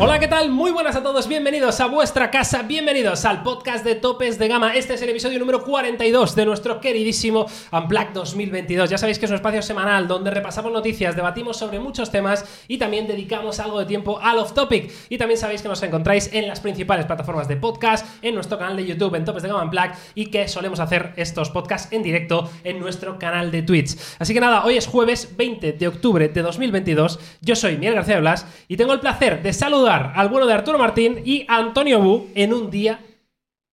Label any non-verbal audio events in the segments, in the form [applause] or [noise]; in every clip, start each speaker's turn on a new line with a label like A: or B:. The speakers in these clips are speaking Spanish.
A: Hola, ¿qué tal? Muy buenas a todos, bienvenidos a vuestra casa, bienvenidos al podcast de Topes de Gama. Este es el episodio número 42 de nuestro queridísimo Unplugged 2022. Ya sabéis que es un espacio semanal donde repasamos noticias, debatimos sobre muchos temas y también dedicamos algo de tiempo al off-topic. Y también sabéis que nos encontráis en las principales plataformas de podcast, en nuestro canal de YouTube, en Topes de Gama Unplugged y que solemos hacer estos podcasts en directo en nuestro canal de Twitch. Así que nada, hoy es jueves 20 de octubre de 2022. Yo soy Miguel García de Blas y tengo el placer de saludar al bueno de Arturo Martín y a Antonio Bu en un día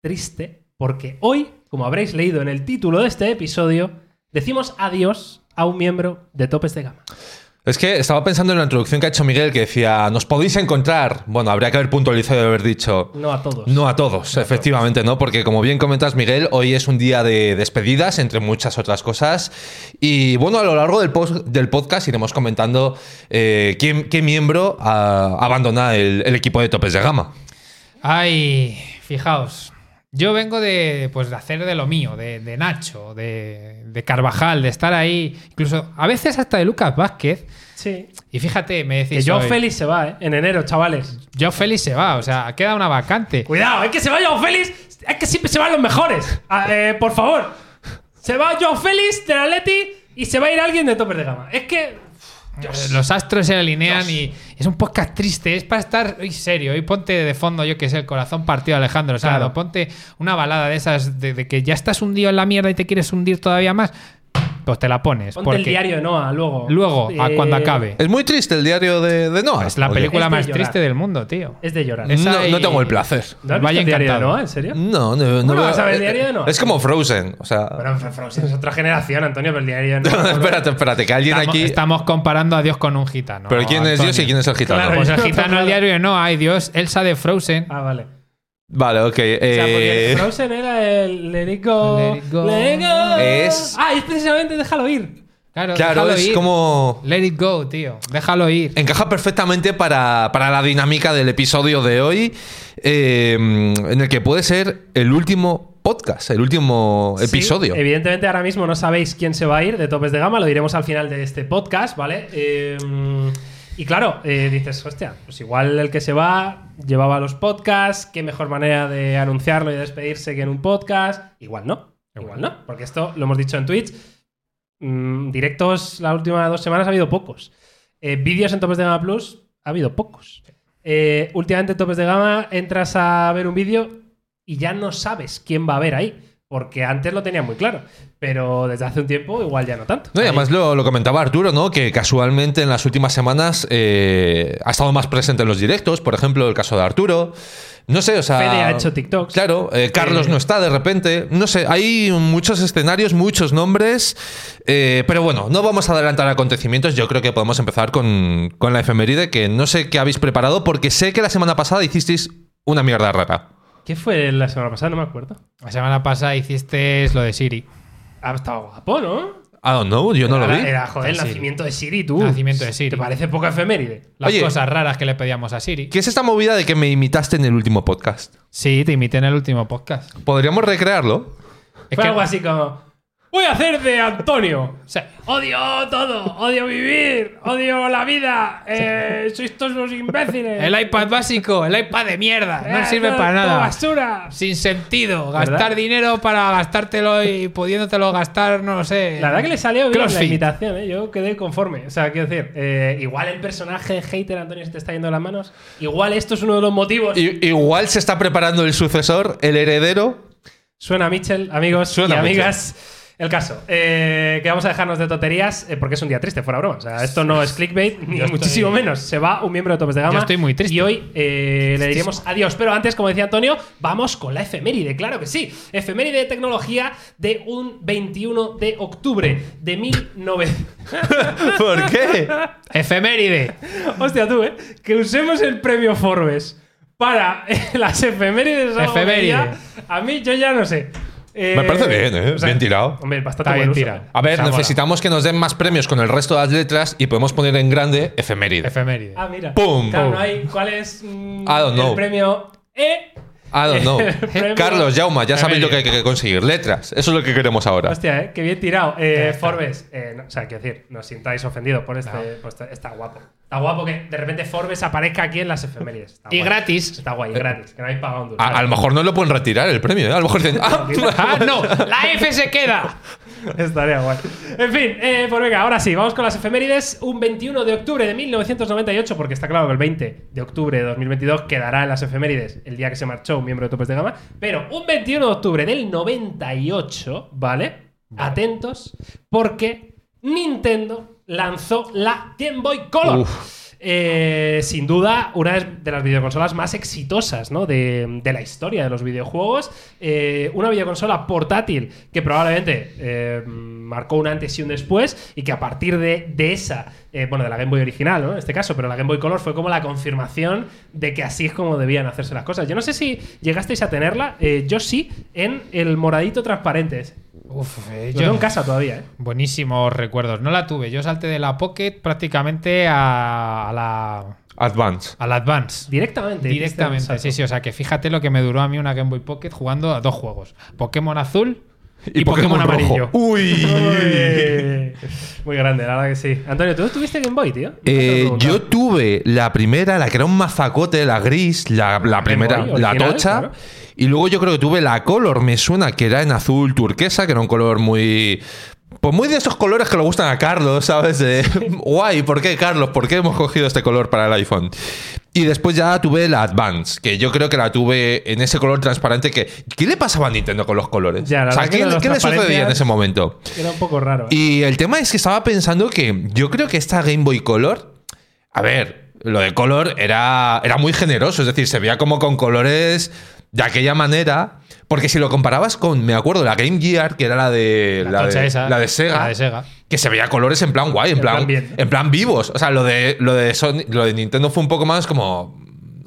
A: triste, porque hoy, como habréis leído en el título de este episodio, decimos adiós a un miembro de Topes de Gama.
B: Es que estaba pensando en la introducción que ha hecho Miguel que decía, nos podéis encontrar. Bueno, habría que haber puntualizado y haber dicho.
A: No a todos.
B: No a todos, efectivamente, ¿no? Porque como bien comentas, Miguel, hoy es un día de despedidas, entre muchas otras cosas. Y bueno, a lo largo del, pos- del podcast iremos comentando eh, quién- qué, miembro ah, abandona el, el equipo de topes de gama.
C: Ay, fijaos. Yo vengo de, pues, de hacer de lo mío, de, de Nacho, de, de Carvajal, de estar ahí, incluso a veces hasta de Lucas Vázquez.
A: Sí.
C: Y fíjate, me decís.
A: Que Joao
C: hoy,
A: Félix se va, ¿eh? En enero, chavales.
C: Joao Félix se va, o sea, queda una vacante.
A: Cuidado, es que se va Joao Félix. Es que siempre se van los mejores. Ah, eh, por favor. Se va Joao Félix del Atleti y se va a ir alguien de Topes de Gama. Es que.
C: Eh, Los astros se alinean y es un podcast triste, es para estar hoy serio. Y ponte de fondo, yo que sé, el corazón partido de Alejandro Sábado.
A: Claro.
C: Ponte una balada de esas de, de que ya estás hundido en la mierda y te quieres hundir todavía más. Pues te la pones.
A: Ponte el diario de Noah luego.
C: Luego, a
A: Eh,
C: cuando acabe.
B: Es muy triste el diario de, de Noah.
C: Es la
B: Oye,
C: película
A: Es de
C: más
A: llorar.
C: triste del mundo, tío.
A: Es de llorar.
C: Es-
B: No,
C: esa
B: no
C: y-
B: tengo el placer.
A: ¿No has
C: Vaya
A: visto el diario de
C: encantado. Mm.
A: Noah? ¿En serio?
B: No, no,
A: ¿Cómo
B: no.
A: vas a ver el
B: eh,
A: diario de Noah?
B: Es como Frozen, o sea.
A: Bueno, Frozen es otra generación, Antonio, pero el
C: [laughs]
A: diario de Noah.
B: [laughs] espérate, espérate, que alguien
C: Estamos,
B: aquí.
C: estamos comparando a Dios con un gitano.
B: Pero quién es
C: Antonio.
B: Dios y quién es el gitano.
A: Claro,
C: Pues el
A: Yo no
C: gitano
A: tengo-
C: al diario de Noah y Dios, Elsa de Frozen.
A: Ah, vale.
B: Vale, ok.
A: O sea, porque
B: eh,
A: Frozen era el Let it go.
C: Let it go.
A: let it go.
B: Es-
A: Ah, es precisamente déjalo ir.
C: Claro,
B: claro,
C: déjalo
B: es
C: ir.
B: como.
C: Let it go, tío. Déjalo ir.
B: Encaja perfectamente para, para la dinámica del episodio de hoy, eh, en el que puede ser el último podcast, el último
A: Sí,
B: episodio.
A: evidentemente, ahora mismo no sabéis quién se va a ir de topes de gama, lo diremos al final de este podcast, ¿vale? Eh, y claro, eh, dices, hostia, pues igual el que se va llevaba los podcasts, qué mejor manera de anunciarlo y de despedirse que en un podcast. Igual no, igual no, porque esto lo hemos dicho en Twitch. mm, directos las últimas dos semanas ha habido pocos. Eh, Vídeos en topes de gama plus ha habido pocos. Eh, últimamente en topes de gama entras a ver un vídeo y ya no sabes quién va a ver ahí. Porque antes lo tenía muy claro, pero desde hace un tiempo igual ya no tanto.
B: No, y además lo, lo comentaba Arturo, ¿no? Que casualmente en las últimas semanas eh, ha estado más presente en los directos, por ejemplo, el caso de Arturo. No sé, o sea.
A: Fede ha hecho TikToks.
B: Claro, eh, Carlos
A: Eh,
B: no está de repente. No sé, hay muchos escenarios, muchos nombres. eh, pero bueno, no vamos a adelantar acontecimientos. Yo creo que podemos empezar con, con la efeméride, que no sé qué habéis preparado, porque sé que la semana pasada hicisteis una mierda rara.
A: ¿Qué fue la semana pasada? No me acuerdo.
C: La semana pasada hiciste lo de Siri.
A: Ha estado guapo, ¿no?
B: I don't know, yo no lo
A: era,
B: vi.
A: Era, joder, el
C: Siri.
A: nacimiento de Siri, tú.
C: Nacimiento de Siri.
A: ¿Te parece poca efeméride?
C: Las
B: Oye.
C: cosas raras que le pedíamos a Siri.
B: ¿Qué es esta movida de que me imitaste en el último podcast?
C: Sí, te imité en el último podcast.
B: ¿Podríamos recrearlo?
C: Es
A: fue
C: que-
A: algo así como... Voy a hacer de Antonio.
C: Sí.
A: Odio todo, odio vivir, odio la vida, eh, sois todos unos imbéciles.
C: [laughs] El iPad básico, el iPad de mierda. No sirve para nada.
A: basura.
C: Sin sentido.
A: ¿Verdad?
C: Gastar dinero para gastártelo y pudiéndotelo gastar, no lo sé.
A: La verdad que le salió bien la
C: Crossfit.
A: imitación, ¿eh? yo quedé conforme. O sea, quiero decir, eh, igual el personaje de hater Antonio se te está yendo de las manos. Igual esto es uno de los motivos.
B: I- igual se está preparando el sucesor, el heredero.
A: Suena Mitchell, amigos
B: Suena
A: y
B: Mitchell.
A: amigas. El caso, eh, que vamos a dejarnos de tonterías eh, porque es un día triste, fuera broma. O sea, esto no es
C: [laughs]
A: clickbait, ni
C: estoy-
A: muchísimo menos. Se va un miembro de Topes de Gama.
C: Yo estoy muy triste.
A: Y hoy eh, le diremos adiós. Pero antes, como decía Antonio, vamos con la efeméride, claro que sí. Efeméride de tecnología de un 21 de octubre de 1900.
B: ¿Por qué?
C: Efeméride.
A: [laughs] Hostia, tú, ¿eh? Que usemos el premio Forbes para [laughs] las efemérides. algo que
C: Efeméride.
A: ya- A mí, yo ya no sé. Eh,
B: Me parece bien, ¿eh? Bien tirado.
A: Hombre, bastante
C: Está bien
A: buen uso.
C: tirado.
B: A ver,
C: Está
B: necesitamos que nos den más premios con el resto de las letras y podemos poner en grande efeméride.
C: Efeméride.
A: Ah, mira.
B: Pum.
A: Claro,
B: Pum.
A: no hay- ¿Cuál es mm,
B: I don't
A: el
B: know.
A: premio E?
B: I don't
C: [laughs]
B: know. Carlos, Jauma, ya sabéis lo que hay que conseguir. Letras. Eso es lo que queremos ahora.
A: Hostia, ¿eh? qué bien tirado.
C: Ya
A: Eh,
C: está.
A: Forbes, eh, no, o sea, quiero decir, no os sintáis ofendidos por este. pues está, está guapo. Está guapo que de repente Forbes aparezca aquí en las efemérides. Está
C: Y
A: guay.
C: gratis.
A: Está guay, gratis, que no habéis pagado un duro.
B: Eh, A, a lo mejor no lo pueden retirar el premio. ¿eh? A lo mejor dicen, "Ah,
C: ¡Ah, no! ¡La F se queda!
A: [laughs] Estaría guay. En fin, eh, pues venga, ahora sí, vamos con las efemérides. Un 21 de octubre de 1998, porque está claro que el 20 de octubre de 2022 quedará en las efemérides el día que se marchó un miembro de Topes de Gama. Pero un 21 de octubre del 98, ¿vale? Atentos, porque Nintendo lanzó la Game Boy Color. Eh, sin duda, una de las videoconsolas más exitosas ¿no? de, de la historia de los videojuegos. Eh, una videoconsola portátil que probablemente eh, marcó un antes y un después y que a partir de, de esa, eh, bueno, de la Game Boy original, ¿no? en este caso, pero la Game Boy Color fue como la confirmación de que así es como debían hacerse las cosas. Yo no sé si llegasteis a tenerla, eh, yo sí, en el moradito transparente. ese.
C: Uf, eh,
A: Lo
C: yo-
A: tengo en casa todavía, ¿eh?
C: Buenísimos recuerdos. No la tuve. Yo salté de la Pocket prácticamente a, a la,
B: Advance.
C: a la Advance.
A: Directamente. diste
C: Directamente,
A: el
C: sí, sí.
A: salto.
C: O sea, que fíjate lo que me duró a mí una Game Boy Pocket jugando a dos juegos. Pokémon azul y, Pokémon,
B: rojo. Uh,
C: amarillo.
B: Uy.
A: Uy. Muy grande, la verdad que sí. Antonio, ¿tú tuviste Game Boy, tío? Nunca te lo he
B: Eh,
A: preguntado.
B: yo tuve la primera, la que era un mazacote, la gris, la, la primera,
A: Boy
B: la
A: original,
B: tocha.
A: claro.
B: Y luego yo creo que tuve la color, me suena, que era en azul turquesa, que era un color muy. Pues muy de esos colores que le gustan a Carlos, ¿sabes? De, [laughs] Guay, ¿por qué, Carlos? ¿Por qué hemos cogido este color para el iPhone? Y después ya tuve la Advance, que yo creo que la tuve en ese color transparente que... ¿Qué le pasaba a Nintendo con los colores?
A: Ya, la
B: O sea,
A: verdad que
B: ¿qué,
A: lo de las
B: qué le sucedía en
A: transparencias-
B: ese momento?
A: Era un poco raro. ¿eh?
B: Y el tema es que estaba pensando que yo creo que esta Game Boy Color, a ver, lo de color era, era muy generoso, es decir, se veía como con colores de aquella manera, porque si lo comparabas con, me acuerdo, la Game Gear, que era la de,
C: La
B: la
C: tocha
B: de,
C: esa.
B: la de Sega,
C: La de Sega.
B: que se veía colores en plan guay, en,
A: En
B: plan,
A: plan bien.
B: en plan vivos. O sea, lo de, lo, de Sony- lo de Nintendo fue un poco más como...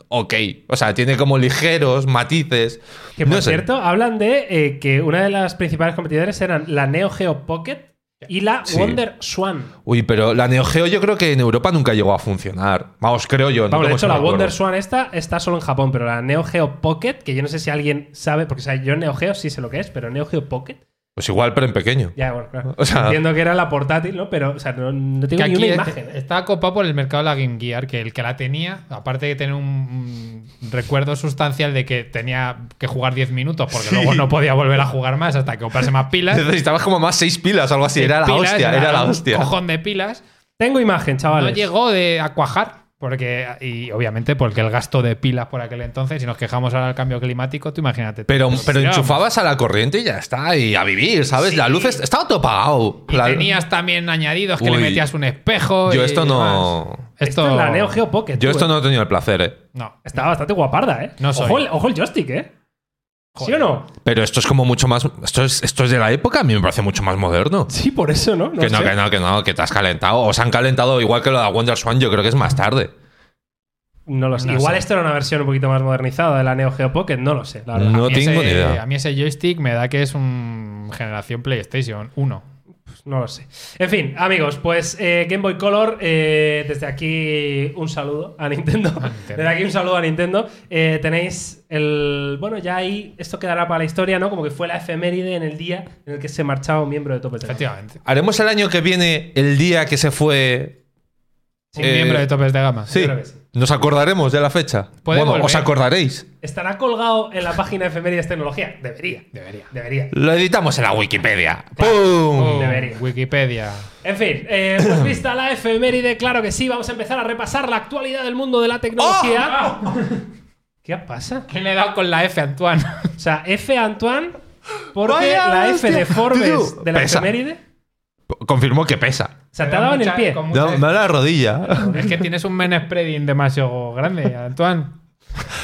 B: Ok, o sea, tiene como ligeros matices.
A: que por
B: No sé.
A: cierto, hablan de eh, que una de las principales competidores eran la Neo Geo Pocket y la
B: Sí.
A: Wonder Swan.
B: Uy, pero la Neo Geo yo creo que en Europa nunca llegó a funcionar. Vamos, creo yo. ¿no?
A: Vamos, de
B: Como
A: hecho,
B: se me
A: la
B: acuerdo.
A: Wonder Swan esta está solo en Japón, pero la Neo Geo Pocket, que yo no sé si alguien sabe, porque o sea, yo Neo Geo sí sé lo que es, pero Neo Geo Pocket.
B: Pues igual, pero
A: [laughs]
B: en pequeño.
A: Ya, bueno, claro.
B: O sea-
A: Entiendo que era la portátil, ¿no? Pero, o sea, no, no tengo ni una
C: es-
A: imagen. ¿eh?
C: estaba copado por el mercado de la Game Gear, que el que la tenía, aparte de tener un mm, recuerdo sustancial de que tenía que jugar 10 minutos, porque luego no podía volver a jugar más hasta que comprase más pilas.
B: Necesitabas como más seis pilas, algo así. [laughs] Era la
C: Pilas,
B: hostia, era la
C: un
B: hostia.
C: Cojón de pilas.
A: Tengo imagen,
C: No
A: chavales.
C: llegó de a cuajar. Porque, y obviamente porque el gasto de pilas por aquel entonces, si nos quejamos ahora del cambio climático, tú imagínate.
B: Pero,
C: Pues,
B: pero
C: vamos.
B: enchufabas a la corriente y ya está, y a vivir, ¿sabes? La luz es- estaba todo apagado.
C: Y
B: La-
C: tenías también añadidos que le
B: Uy.
C: metías un espejo.
B: Yo
C: y
B: esto no-
C: demás.
A: Esto... es la Neo Geo Pocket.
B: Yo
A: tú,
B: esto
A: ¿eh?
B: no he tenido el placer, ¿eh?
C: No.
A: Estaba bastante guaparda, ¿eh?
C: No soy.
A: Ojo, el- ojo el joystick, ¿eh? ¿Sí o no?
B: Pero esto es como mucho más. Esto es, esto es de la época, a mí me parece mucho más moderno.
A: Sí, por eso, ¿no?
B: que no,
A: sé.
B: que no, que no, que te has calentado. O se han calentado igual que lo de Wonder Swan, yo creo que es más tarde.
A: No lo sé.
C: No
A: Igual
C: sé.
A: esto era una versión un poquito más modernizada de la Neo Geo Pocket, no lo sé, la verdad.
B: No
C: A mí
B: tengo
C: ese-
B: ni idea.
C: A mí ese joystick me da que es un generación PlayStation 1.
A: Pues No lo sé. En fin, amigos, pues eh, Game Boy Color, eh, desde aquí un saludo a Nintendo. Desde aquí un saludo a Nintendo. Eh, tenéis el. Bueno, ya ahí esto quedará para la historia, ¿no? Como que fue la efeméride en el día en el que se marchaba un miembro de Tope Tecno.
C: Efectivamente.
B: Haremos el año que viene el día que se fue.
C: Un
B: Eh,
C: miembro de topes de gama.
B: Sí.
A: creo que sí.
B: Nos acordaremos de la fecha.
C: Puede
B: Bueno,
C: volver.
B: os acordaréis.
A: ¿Estará colgado en la página de Efemérides Tecnología? Debería. Debería. Debería.
B: Lo editamos en la Wikipedia. ¡Pum!
C: Oh,
A: Debería.
C: Wikipedia.
A: En fin, eh, pues vista la efeméride, claro que sí, vamos a empezar a repasar la actualidad del mundo de la tecnología.
B: ¡Oh! ¡Ah!
A: ¿Qué pasa?
C: ¿Qué le he dado con la F, Antoine?
A: O sea, F Antoine, porque
B: Vaya,
A: la F de
B: hostia.
A: Forbes
B: Tú,
A: de la
B: pesa.
A: efeméride.
C: Oh.
B: Confirmó que pesa.
A: O sea, te ha dado en el pie.
C: Con mucha
B: No,
C: F.
B: me da la rodilla.
C: [laughs] Es que tienes un men spreading demasiado grande, Antoine.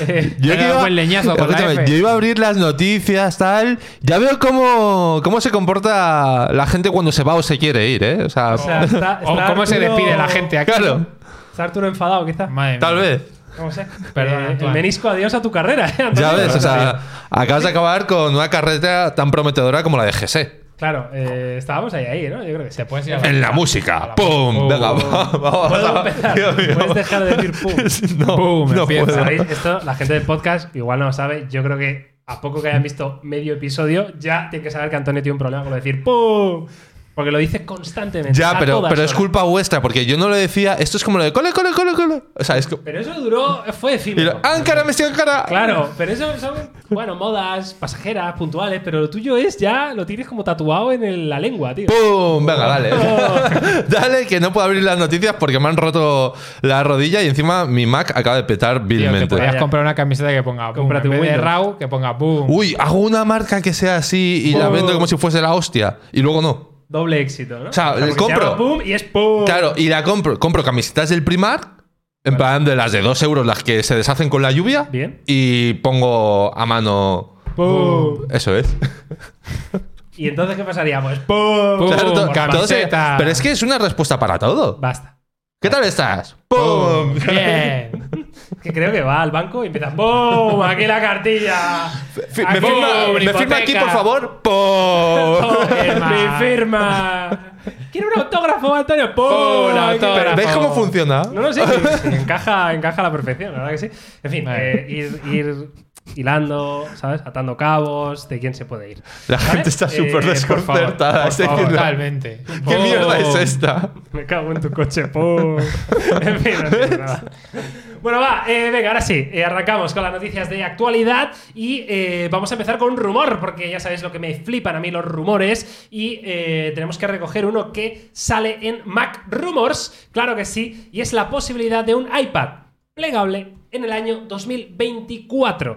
A: Eh,
C: Te ha dado un buen leñazo con la
B: Escúchame,
C: F.
B: yo iba a abrir las noticias, tal. Ya veo cómo, cómo se comporta la gente cuando se va o se quiere ir, ¿eh? O sea,
A: o sea, está,
C: O
A: está
C: cómo se
A: Arturo-
C: despide la gente aquí.
B: claro,
A: Está Arturo enfadado, quizá.
C: Madre
B: tal
C: mía.
B: vez.
A: No sé.
C: Perdón,
A: Eh, el
C: Antoine.
A: menisco, adiós a tu carrera, ¿eh, Antonio?
B: Ya ves, o sea, acabas de E. acabar con una carrera tan prometedora como la de GC.
A: Claro, eh, estábamos ahí, ahí, ¿no? Yo creo que sí.
C: Te puedes ir a
B: En la
C: a
B: música.
C: la-
B: ¡Pum!
C: Oh.
B: Venga, va- vamos.
A: Puedo empezar.
B: Dios mío.
A: Puedes dejar de decir
B: [laughs]
A: pum. ¿eh?
B: No,
C: Pum,
B: no
C: empieza.
B: puedo.
A: ¿Sabéis? Esto la gente del podcast igual no lo sabe. Yo creo que a poco que hayan visto medio episodio, ya tienen que saber que Antonio tiene un problema con lo de decir ¡pum! Porque lo dice constantemente.
B: Ya,
A: a
B: pero,
A: todas
B: pero es
A: horas.
B: culpa vuestra, porque yo no lo decía. Esto es como lo de cole, cole, cole, cole. O sea, es como.
A: Pero eso duró, fue
B: y lo-
A: efímero.
B: ¡Áncara, "Ah, me estoy áncara!
A: Claro, pero eso son, bueno, modas pasajeras, puntuales, pero lo tuyo es ya, lo tienes como tatuado en el- la lengua, tío.
B: ¡Pum! Venga, dale.
A: Oh.
B: [laughs] dale, que no puedo abrir las noticias porque me han roto la rodilla y encima mi Mac acaba de petar
C: Tío, te
B: vilmente.
C: podrías
A: Vaya.
C: comprar una camiseta que ponga boom.
A: Cómprate
C: en
A: un
C: vez de
A: Windows.
C: Raw, que ponga boom.
B: Uy, hago una marca que sea así y la
A: Oh.
B: vendo como si fuese la hostia. Y luego no.
A: Doble éxito, ¿no?
B: O sea, el
A: porque se
B: compro.
A: llama Boom y es pum.
B: Claro, y la compro. Compro camisetas del Primark, en plan de las de 2 euros, las que se deshacen con la lluvia.
A: Bien.
B: Y pongo a mano.
A: Pum.
B: Eso es.
A: [laughs] Y entonces, ¿qué pasaría? Pues pum.
C: Pum.
B: Claro, to-
A: por
B: todo se-
C: camiseta.
B: pero es que es una respuesta para todo.
A: Basta.
B: ¿Qué tal estás?
C: Boom.
B: ¡Pum! [laughs]
C: Bien.
A: Que creo que va al banco y empieza ¡Pum! Aquí la cartilla.
B: Fi-
A: Aquí
B: ¿Me, firma,
A: mi
B: me firma aquí,
A: hipoteca.
B: por
A: [laughs]
B: favor? [laughs] ¡Pum!
C: firma.
A: Mi firma. Quiero un autógrafo, Antonio. ¡Pum!
C: Pum,
A: Aquí.
B: Pero,
C: autógrafo.
B: ¿Ves cómo funciona?
A: No, no, sí,
B: [laughs]
A: sí, sí, encaja, encaja a la perfección, la verdad que sí. En fin,
C: Vale.
A: eh, ir, ir hilando, ¿sabes? Atando cabos, de quién se puede ir.
B: La gente está súper desconcertada.
A: Eh, por
B: Está
A: favor,
B: diciendo,
C: Totalmente.
B: ¿Qué
C: Boom.
B: mierda es esta?
A: Me cago en tu coche, po. [laughs] en fin, no sé, nada. Bueno, va, eh, venga, ahora sí, eh, arrancamos con las noticias de actualidad y eh, vamos a empezar con un rumor, porque ya sabéis lo que me flipan a mí los rumores y eh, tenemos que recoger uno que sale en Mac Rumors, claro que sí, y es la posibilidad de un iPad plegable en el año 2024.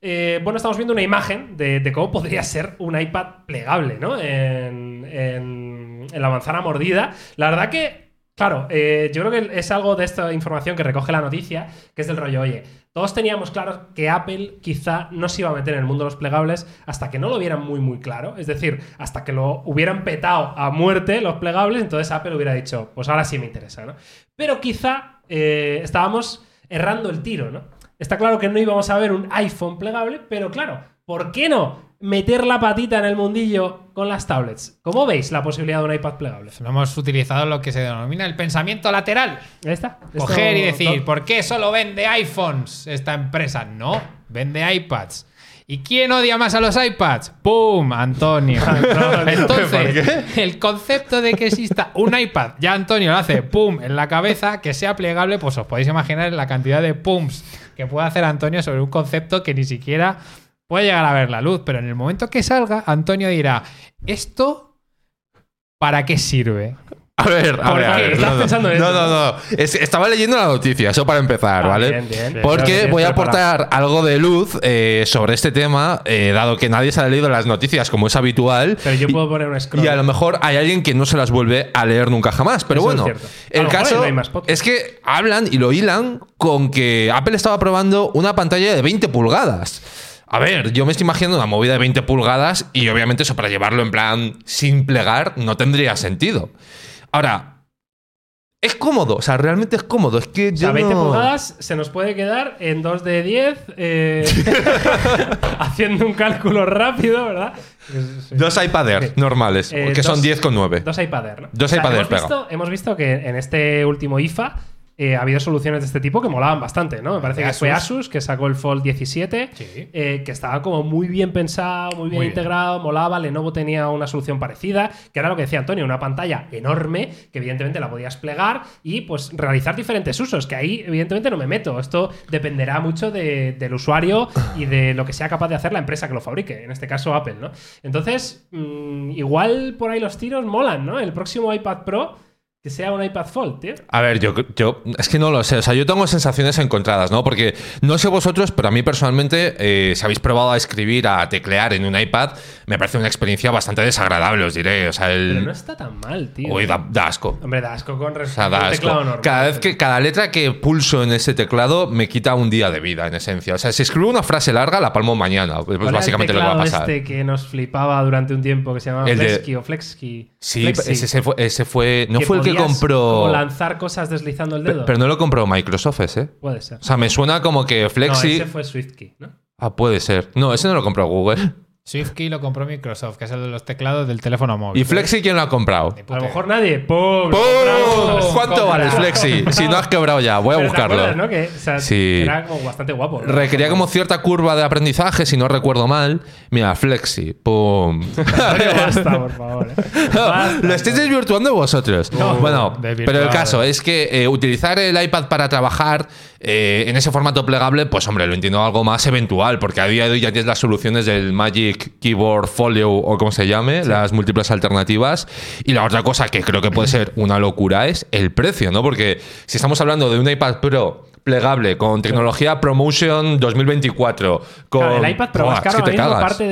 A: Eh, bueno, estamos viendo una imagen de, de cómo podría ser un iPad plegable, ¿no? En, en- en la manzana mordida. La verdad que, claro, eh, yo creo que es algo de esta información que recoge la noticia, que es del rollo, oye, todos teníamos claro que Apple quizá no se iba a meter en el mundo de los plegables hasta que no lo vieran muy, muy claro. Es decir, hasta que lo hubieran petado a muerte los plegables, entonces Apple hubiera dicho, pues ahora sí me interesa, ¿no? Pero quizá eh, estábamos errando el tiro, ¿no? Está claro que no íbamos a ver un iPhone plegable, pero claro, ¿por qué no meter la patita en el mundillo con las tablets? ¿Cómo veis la posibilidad de un iPad plegable?
C: No hemos utilizado lo que se denomina el pensamiento lateral.
A: Ya está. Esto-
C: Coger y decir,
A: to-
C: ¿por qué solo vende iPhones esta empresa? No, vende iPads. ¿Y quién odia más a los iPads? ¡Pum! Antonio. Entonces, el concepto de que exista un iPad, ya Antonio lo hace, ¡pum! en la cabeza, que sea plegable, pues os podéis imaginar la cantidad de pums que puede hacer Antonio sobre un concepto que ni siquiera puede llegar a ver la luz. Pero en el momento que salga, Antonio dirá, ¿esto para qué sirve?
B: A ver, a
A: ¿Por
B: ver, a
A: qué?
B: ver.
A: ¿Estás
B: no, no.
A: pensando en
B: no,
A: eso?
B: no, no. Es- estaba leyendo la noticia, eso para empezar,
A: Ah,
B: ¿vale?
A: bien, bien. Claro,
B: Porque
A: tienes
B: voy a
A: preparado.
B: aportar algo de luz eh, sobre este tema, eh, dado que nadie se ha leído las noticias como es habitual.
A: Pero yo puedo poner un scroll.
B: Y a lo mejor hay alguien que no se las vuelve a leer nunca jamás. Pero
A: Eso es
B: bueno,
A: cierto. A
B: el
A: lo mejor
B: caso
A: no hay más podcast.
B: es que hablan y lo hilan con que Apple estaba probando una pantalla de 20 pulgadas. A ver, yo me estoy imaginando una movida de 20 pulgadas y obviamente eso para llevarlo en plan sin plegar no tendría sentido. Ahora, es cómodo, o sea, realmente es cómodo. Es que
A: O sea,
B: yo
A: 20
B: no-
A: pulgadas se nos puede quedar en 2 de 10,
B: [laughs]
A: eh, [laughs] haciendo un cálculo rápido, ¿verdad?
B: Dos iPad Air
A: Eh, Ok.
B: normales,
A: Eh,
B: que son
A: dos-
B: 10,9.
A: Dos iPad Air, ¿no?
B: Dos iPad Air,
A: hemos,
B: pega.
A: visto, hemos visto que en este último IFA eh, ha habido soluciones de este tipo que molaban bastante, ¿no? Me parece que
C: Asus.
A: fue Asus que sacó el Fold 17,
C: Sí.
A: eh, que estaba como muy bien pensado, muy bien
C: Muy bien.
A: integrado, molaba. Lenovo tenía una solución parecida, que era lo que decía Antonio, una pantalla enorme que evidentemente la podías plegar y pues realizar diferentes usos, que ahí evidentemente no me meto. Esto dependerá mucho de- del usuario y de lo que sea capaz de hacer la empresa que lo fabrique, en este caso Apple, ¿no? Entonces, mm, igual por ahí los tiros molan, ¿no? El próximo iPad Pro que sea un iPad Fold, tío.
B: A ver, yo, yo es que no lo sé. O sea, yo tengo sensaciones encontradas, ¿no? Porque no sé vosotros, pero a mí personalmente, eh, si habéis probado a escribir, a teclear en un iPad, me parece una experiencia bastante desagradable, os diré. O sea,
A: Pero
B: el.
A: no está tan mal, tío. ¿eh?
B: Uy, da, da asco.
A: Hombre, da asco con
B: O
A: respecto
B: sea, da
A: al
B: asco.
A: teclado normal. ¿eh?
B: Cada vez que cada letra que pulso en ese teclado me quita un día de vida, en esencia. O sea, si escribo una frase larga, la palmo mañana. Pues
A: ¿Cuál era
B: básicamente
A: el
B: lo que va a
A: teclado
B: pasar.
A: este que nos flipaba durante un tiempo que se llamaba
B: El de-
A: Flexki o Flexki.
B: Sí,
A: Flexi,
B: ese fue, ese fue. No fue el que
A: podías
B: compró.
A: como lanzar cosas deslizando el
B: Pe-
A: dedo.
B: Pero no lo compró Microsoft, ese.
A: Puede ser.
B: O sea, me suena como que
A: no,
B: Flexi.
A: ese fue SwiftKey, ¿no?
B: Ah, puede ser. No, ese no lo compró Google.
C: SwiftKey lo compró Microsoft, que es el de los teclados del teléfono móvil.
B: ¿Y Flexi quién lo ha comprado?
C: Ni puta
A: A lo
C: idea.
A: mejor nadie. ¡Pum!
B: ¡Pum!
A: Compramos.
B: ¿Cuánto
A: Compramos.
B: vale Flexi?
A: [laughs]
B: Si no has quebrado ya, voy a
A: Pero te acuerdas,
B: buscarlo.
A: ¿no? Que, o sea,
B: Sí.
A: Era como bastante guapo. ¿no?
B: Requería como cierta curva de aprendizaje, si no recuerdo mal. Mira, Flexi, pum.
A: Antonio,
B: [laughs]
A: Basta, por favor. ¿eh? [laughs] Basta,
B: Lo estáis desvirtuando vosotros.
C: No,
B: bueno,
C: desvirtuado.
B: pero el caso es que eh, utilizar el iPad para trabajar eh, en ese formato plegable, pues hombre, lo entiendo algo más eventual, porque a día de hoy ya tienes las soluciones del Magic Keyboard Folio o como se llame, las múltiples alternativas. Y la otra cosa que creo que puede ser una locura es el precio, ¿no? Porque si estamos hablando de un iPad Pro plegable con tecnología ProMotion 2024 con
A: Claro, el iPad Pro
B: Buah,
A: más
B: es
A: caro
B: que
A: ahora
B: te
A: mismo
B: cagas.
A: parte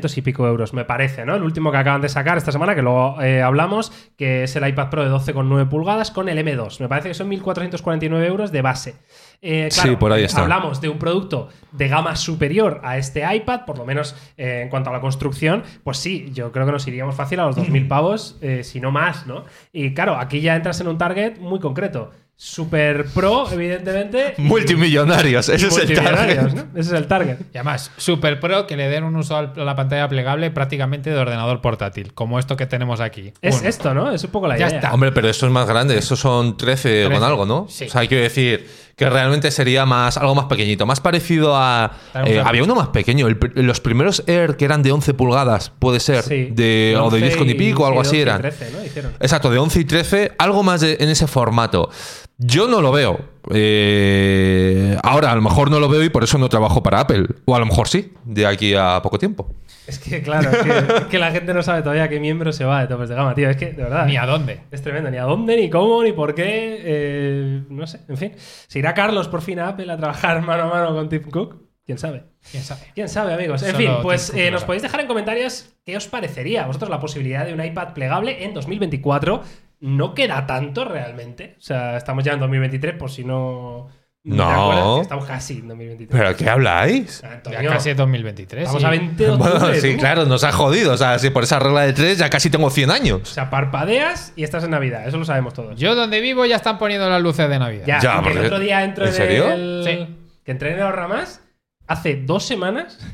A: de 1.400 y pico euros, me parece, ¿no? El último que acaban de sacar esta semana, que luego eh, hablamos, que es el iPad Pro de 12,9 pulgadas con el M2. Me parece que son 1.449 euros de base. Eh, claro,
B: Sí, por ahí está.
A: Hablamos de un producto de gama superior a este iPad, por lo menos eh, en cuanto a la construcción, pues sí, yo creo que nos iríamos fácil a los
B: [laughs]
A: 2.000 pavos, eh, si no más, ¿no? Y claro, aquí ya entras en un target muy concreto. Super Pro, evidentemente. y-
B: Multimillonarios,
A: y
B: [laughs] ese es el
A: multimillonarios,
B: target.
A: ¿no? Ese es el target.
C: Y además, super pro que le den un uso al- a la pantalla plegable prácticamente de ordenador portátil, como esto que tenemos aquí.
A: Es
C: Bueno,
A: esto, ¿no? Es un poco la
C: Ya
A: idea.
C: está.
B: Ah, Hombre, pero esto es más grande, estos son 13 con
C: 13,
B: algo, ¿no?
C: sí.
B: O sea, quiero decir que realmente sería más algo más pequeñito, más parecido a...
C: Tenemos
B: eh,
C: el-
B: había uno más pequeño, el pr- los primeros Air que eran de 11 pulgadas, puede ser,
A: Sí.
B: de, o
A: 11
B: de 10 con y pico,
A: sí,
B: algo así
A: 12 y
B: eran.
A: 13, ¿no? Hicieron.
B: Exacto, de 11 y 13, algo más de- en ese formato. Yo no lo veo. Eh, ahora, a lo mejor no lo veo y por eso no trabajo para Apple. O a lo mejor sí, de aquí a poco tiempo.
A: Es que, claro, es que, es que la gente no sabe todavía qué miembro se va de topes de gama, tío. Es que, de verdad.
C: Ni a dónde.
A: Es tremendo. Ni a dónde, ni cómo, ni por qué. eh, no sé. En fin. ¿Se irá Carlos por fin a Apple a trabajar [laughs] mano a mano con Tim Cook? ¿Quién sabe?
C: ¿Quién sabe?
A: ¿Quién sabe, amigos? En
C: Solo
A: fin,
C: Tim
A: pues
C: Cook
A: eh,
C: lo
A: nos
C: sabe.
A: podéis dejar en comentarios qué os parecería a vosotros la posibilidad de un iPad plegable en 2024. No queda tanto realmente. O sea, estamos ya en 2023 por si no... ¿te
B: No.
A: acuerdas? Que Estamos casi en 2023.
B: ¿Pero qué habláis?
A: Antonio,
C: Ya casi es 2023.
A: Estamos
C: sí.
A: a 20 de octubre,
B: [laughs] Bueno, sí,
A: tú.
B: claro, nos ha jodido. O sea, si por esa regla de tres ya casi tengo 100
A: O
B: años.
A: sea, parpadeas y estás en Navidad. Eso lo sabemos todos.
C: Yo donde vivo ya están poniendo las luces de Navidad.
A: ya,
B: Ya,
A: porque el
B: porque-
A: otro día entro
B: ¿en serio?
A: el-
C: Sí.
A: Que entré en el Ramas hace dos semanas [laughs]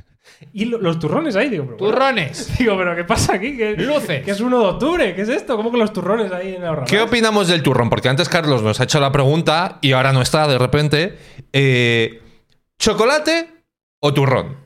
A: y lo- los turrones ahí. Digo, pero bueno.
C: Turrones.
A: [laughs] Digo, pero ¿qué pasa aquí? ¿Qué,
C: Luces.
A: que es 1 de octubre? ¿Qué es esto? ¿Cómo que los turrones ahí en el Ramas?
B: ¿Qué opinamos del turrón? Porque antes Carlos nos ha hecho la pregunta y ahora no está de repente. Eh, ¿Chocolate o turrón?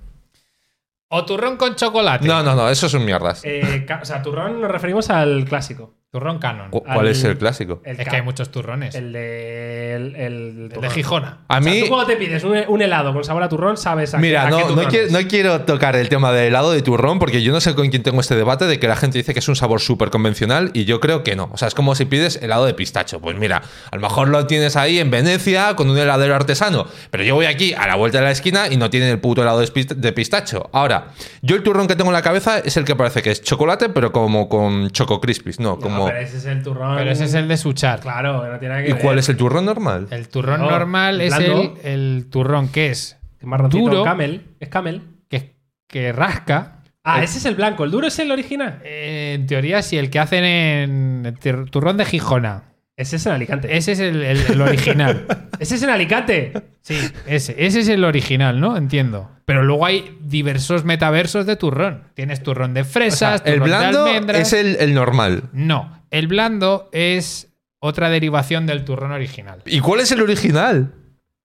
C: O turrón con chocolate.
B: No, no, no, eso son mierdas.
A: Eh, ca- o sea, turrón nos referimos al clásico.
C: Turrón canon.
B: ¿Cu- ¿Cuál
A: al- eh,
B: es el clásico?
A: El
C: es
A: ca-
C: que hay muchos turrones. El,
A: El de. El, el
C: de
A: turrón.
C: Gijona.
B: A
A: O sea,
B: mí,
A: tú cuando te pides un, un helado con sabor a turrón, sabes a
B: mira,
A: qué- a qué
B: no, no,
A: turrón
B: quiero,
A: es.
B: no quiero tocar el tema del helado de turrón porque yo no sé con quién tengo este debate de que la gente dice que es un sabor súper convencional y yo creo que no. O sea, es como si pides helado de pistacho. Pues mira, a lo mejor lo tienes ahí en Venecia con un heladero artesano, pero yo voy aquí a la vuelta de la esquina y no tienen el puto helado de pist- de pistacho. Ahora, yo el turrón que tengo en la cabeza es el que parece que es chocolate, pero como con choco crispies, no,
A: No,
B: como...
A: pero ese es el turrón.
C: Pero ese es el de Suchar.
A: Claro, que no tiene nada que
B: ¿Y
A: ver.
B: cuál es el turrón normal?
C: El turrón
A: No,
C: normal es el,
A: blando.
C: el turrón que es
A: Que marroncito,
C: Duro.
A: Camel. Es Camel.
C: que, que rasca.
A: Ah,
C: Eh,
A: ese es el blanco. ¿El duro es el original?
C: eh, en teoría, si el que hacen en el tir- turrón de Gijona.
A: Ese es en Alicante.
C: Ese es el, el-
B: [laughs]
C: el original.
A: Ese es en Alicante.
C: Sí, ese, ese es el original, ¿no? Entiendo. Pero luego hay diversos metaversos de turrón. Tienes turrón de
B: O sea,
C: fresas,
B: el
C: turrón de
B: blando
C: almendras.
B: es el, el normal.
C: No, el blando es otra derivación del turrón original.
B: ¿Y cuál es el original?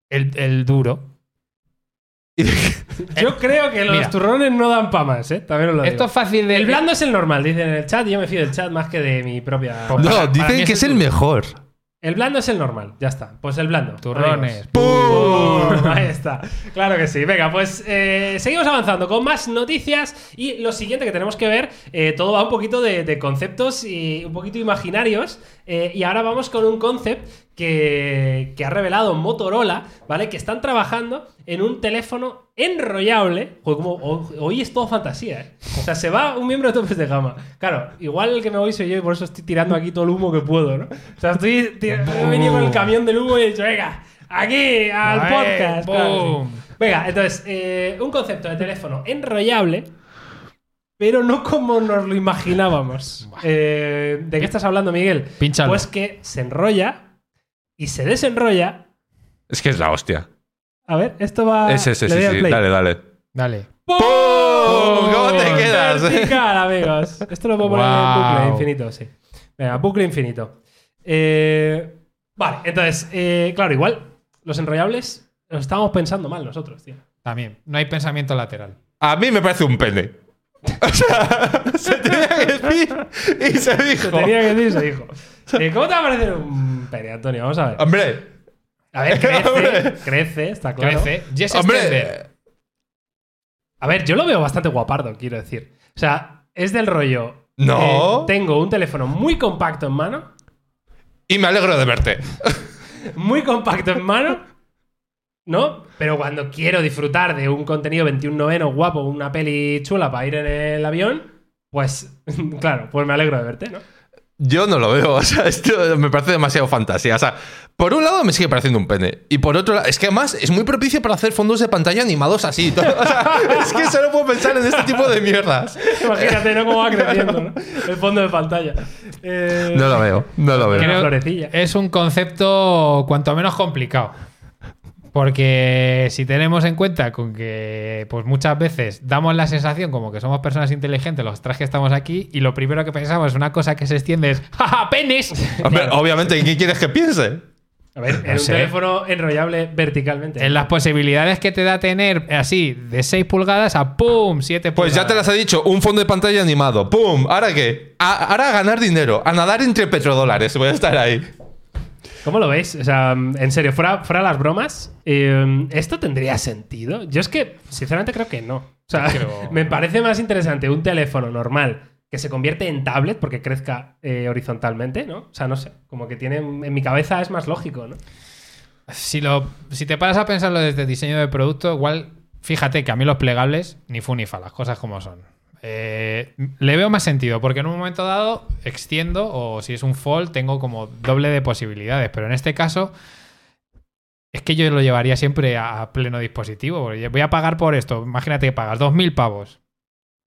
C: El, el duro.
A: Yo creo que los
C: eh, mira.
A: turrones no dan pa' más, ¿eh? También os lo digo.
C: Esto es fácil de.
A: El blando es el normal, dicen en el chat. y Yo me fío del chat más que de mi propia.
C: Pues-
B: No,
C: Para- para mí
B: dicen
C: es
B: que
C: el
B: es el
C: turrón.
B: mejor.
A: El blando es el normal, ya está. Pues el blando.
C: Turrones.
A: amigos. ¡Pum! [laughs] Ahí está. Claro que sí. Venga, pues eh, seguimos avanzando con más noticias. Y lo siguiente que tenemos que ver, eh, todo va un poquito de, de conceptos y un poquito imaginarios. Eh, y ahora vamos con un concept que, que ha revelado Motorola, ¿vale? Que están trabajando en un teléfono enrollable. Joder, como ho- hoy es todo fantasía, ¿eh? O sea, se va un miembro de topes de gama. Claro, igual el que me voy soy yo y por eso estoy tirando aquí todo el humo que puedo, ¿no? O sea, estoy. tir- He venido con el camión del humo y he dicho, venga, aquí, al
C: Ahí,
A: podcast. claro
C: boom.
A: que sí. Venga, entonces, eh, un concepto de teléfono enrollable, pero no como nos lo imaginábamos.
C: Buah.
A: Eh, ¿De qué estás hablando, Miguel?
C: Pínchalo.
A: Pues que se enrolla y se desenrolla.
B: Es que es la hostia.
A: A ver, esto va.
B: es ese,
A: le
B: sí,
A: doy al
B: sí.
A: play.
B: Dale, dale.
C: Dale.
A: ¡Pum!
B: ¡Pum! ¿Cómo te quedas?
A: Vertical,
B: [laughs]
A: amigos. Esto lo puedo poner en
C: Guau.
A: bucle infinito, sí. Venga, bucle infinito. Eh, vale, entonces, eh, claro, igual, los enrollables los estábamos pensando mal nosotros, tío.
C: También, no hay pensamiento lateral.
B: A mí me parece un pene. [laughs] O sea, se tenía que decir y se dijo.
A: Se tenía que decir y se dijo. Eh, ¿Cómo te va a parecer un pene, Antonio? Vamos a ver.
B: Hombre,
A: A ver,
B: Hombre.
A: crece, crece, está claro.
C: Crece. Yes,
B: este
C: extender.
B: hombre.
A: A ver, yo lo veo bastante guapardo, quiero decir. O sea, es del rollo. eh,
B: No.
A: tengo un teléfono muy compacto en mano.
B: Y me alegro de verte.
A: muy compacto en mano, ¿no? Pero cuando quiero disfrutar de un contenido 21 noveno guapo, una peli chula para ir en el avión, pues [laughs] claro, pues me alegro de verte, ¿no?
B: Yo no lo veo, [laughs] o sea, esto me parece demasiado fantasía. O sea, por un lado me sigue pareciendo un pene. Y por otro lado, es que además es muy propicio para hacer fondos de pantalla animados así. [laughs] y todo. O sea, es que solo puedo pensar en este tipo de mierdas.
A: Imagínate, ¿no? Cómo va creciendo, ¿no? El fondo de pantalla. Eh,
B: No lo veo, no lo veo.
A: Una
C: Creo-
A: florecilla.
C: Es un concepto cuanto menos complicado. Porque si tenemos en cuenta con que pues muchas veces damos la sensación como que somos personas inteligentes los tres que estamos aquí y lo primero que pensamos es una cosa que se extiende es ¡Ja, ja, penes!
A: [laughs]
B: Hombre, obviamente, ¿qué quieres que piense?
A: A ver,
C: no
A: un
C: sé.
A: teléfono enrollable verticalmente.
C: en las posibilidades que te da tener así de 6 pulgadas a ¡pum! 7
B: Pues
C: pulgadas.
B: ya te las he dicho, un fondo de pantalla animado. ¡Pum! ¿Ahora qué? A- ahora a ganar dinero, a nadar entre petrodólares. Voy a estar ahí.
A: ¿Cómo lo veis? O sea, en serio, fuera, fuera las bromas, eh, ¿esto tendría sentido? Yo es que, sinceramente, creo que no. O sea,
C: Creo-
A: [laughs] me parece más interesante un teléfono normal que se convierte en tablet porque crezca eh, horizontalmente, ¿no? O sea, no sé, como que tiene, en mi cabeza es más lógico, ¿no?
C: Si, lo, si te paras a pensarlo desde diseño de producto, igual fíjate que a mí los plegables, ni fu ni fa, las cosas como son. Eh, le veo más sentido, porque en un momento dado extiendo o si es un fold tengo como doble de posibilidades, pero en este caso es que yo lo llevaría siempre a, a pleno dispositivo, porque voy a pagar por esto, imagínate que pagas 2.000 pavos,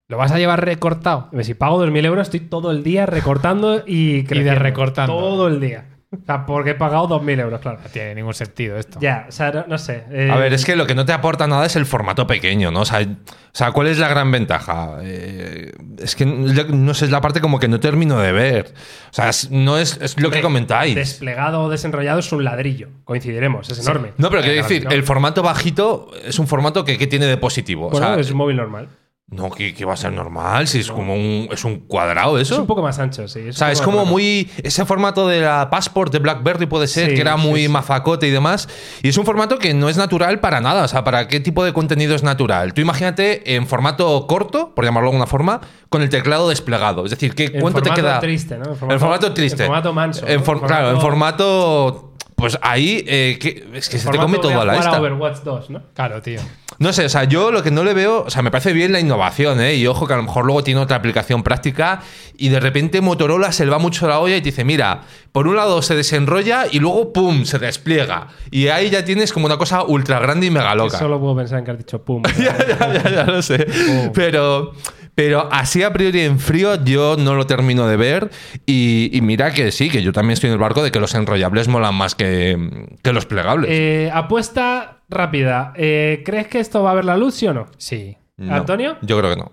C: lo vas a llevar recortado.
A: A ver, si pago 2.000 euros estoy todo el día recortando
C: [laughs]
A: y creciendo.
C: recortando.
A: Todo el día. O sea, porque he pagado 2.000 euros, claro.
C: No tiene ningún sentido esto.
A: Ya, o sea, no, no sé. eh,
B: A ver, es que lo que no te aporta nada es el formato pequeño, ¿no? O sea, o sea, ¿cuál es la gran ventaja? Eh, es que yo- no sé, es la parte como que no termino de ver. O sea, es- no es, es lo que comentáis.
A: Desplegado o desenrollado es un ladrillo, coincidiremos, es enorme.
B: No, pero quiero
A: Eh,
B: decir,
A: no.
B: el formato bajito es un formato que, que tiene de positivo. O
A: Bueno,
B: sea,
A: es un móvil normal.
B: no, que, que va a ser normal, si es como un, es un cuadrado
A: Es un
B: eso.
A: poco más ancho, sí.
B: O sea, es como muy. Ese formato de la Passport de Blackberry puede ser,
A: Sí,
B: que era
A: sí,
B: muy
A: sí.
B: mafacote y demás. Y es un formato que no es natural para nada. O sea, ¿para qué tipo de contenido es natural? Tú imagínate en formato corto, por llamarlo de alguna forma, con el teclado desplegado. Es decir, ¿qué,
A: En
B: ¿cuánto te
A: formato
B: queda?
A: triste, ¿no? En
B: En
A: formato-
B: formato, triste.
A: en formato manso,
B: En
A: ¿no?
B: for-
A: En
B: Claro, en
A: formato-
B: formato. Pues ahí eh, que- es que se te come toda la
A: Para
B: esta.
A: Overwatch 2, ¿no?
C: Claro, tío.
B: No sé, o sea, yo lo que no le veo, o sea, me parece bien la innovación, ¿eh? Y ojo que a lo mejor luego tiene otra aplicación práctica y de repente Motorola se le va mucho la olla y te dice, mira, por un lado se desenrolla y luego, ¡pum!, se despliega. Y ahí ya tienes como una cosa ultra grande y mega loca.
A: Solo puedo pensar en que has dicho pum.
B: [laughs] ya, [laughs] ya, ya, ya lo sé.
A: Oh.
B: Pero, pero así a priori en frío yo no lo termino de ver. Y, y mira que sí, que yo también estoy en el barco de que los enrollables molan más que, que los plegables.
A: Eh, apuesta rápida. Eh, ¿Crees que esto va a ver la luz, sí o no?
C: Sí.
B: No,
A: ¿Antonio?
B: Yo creo que no.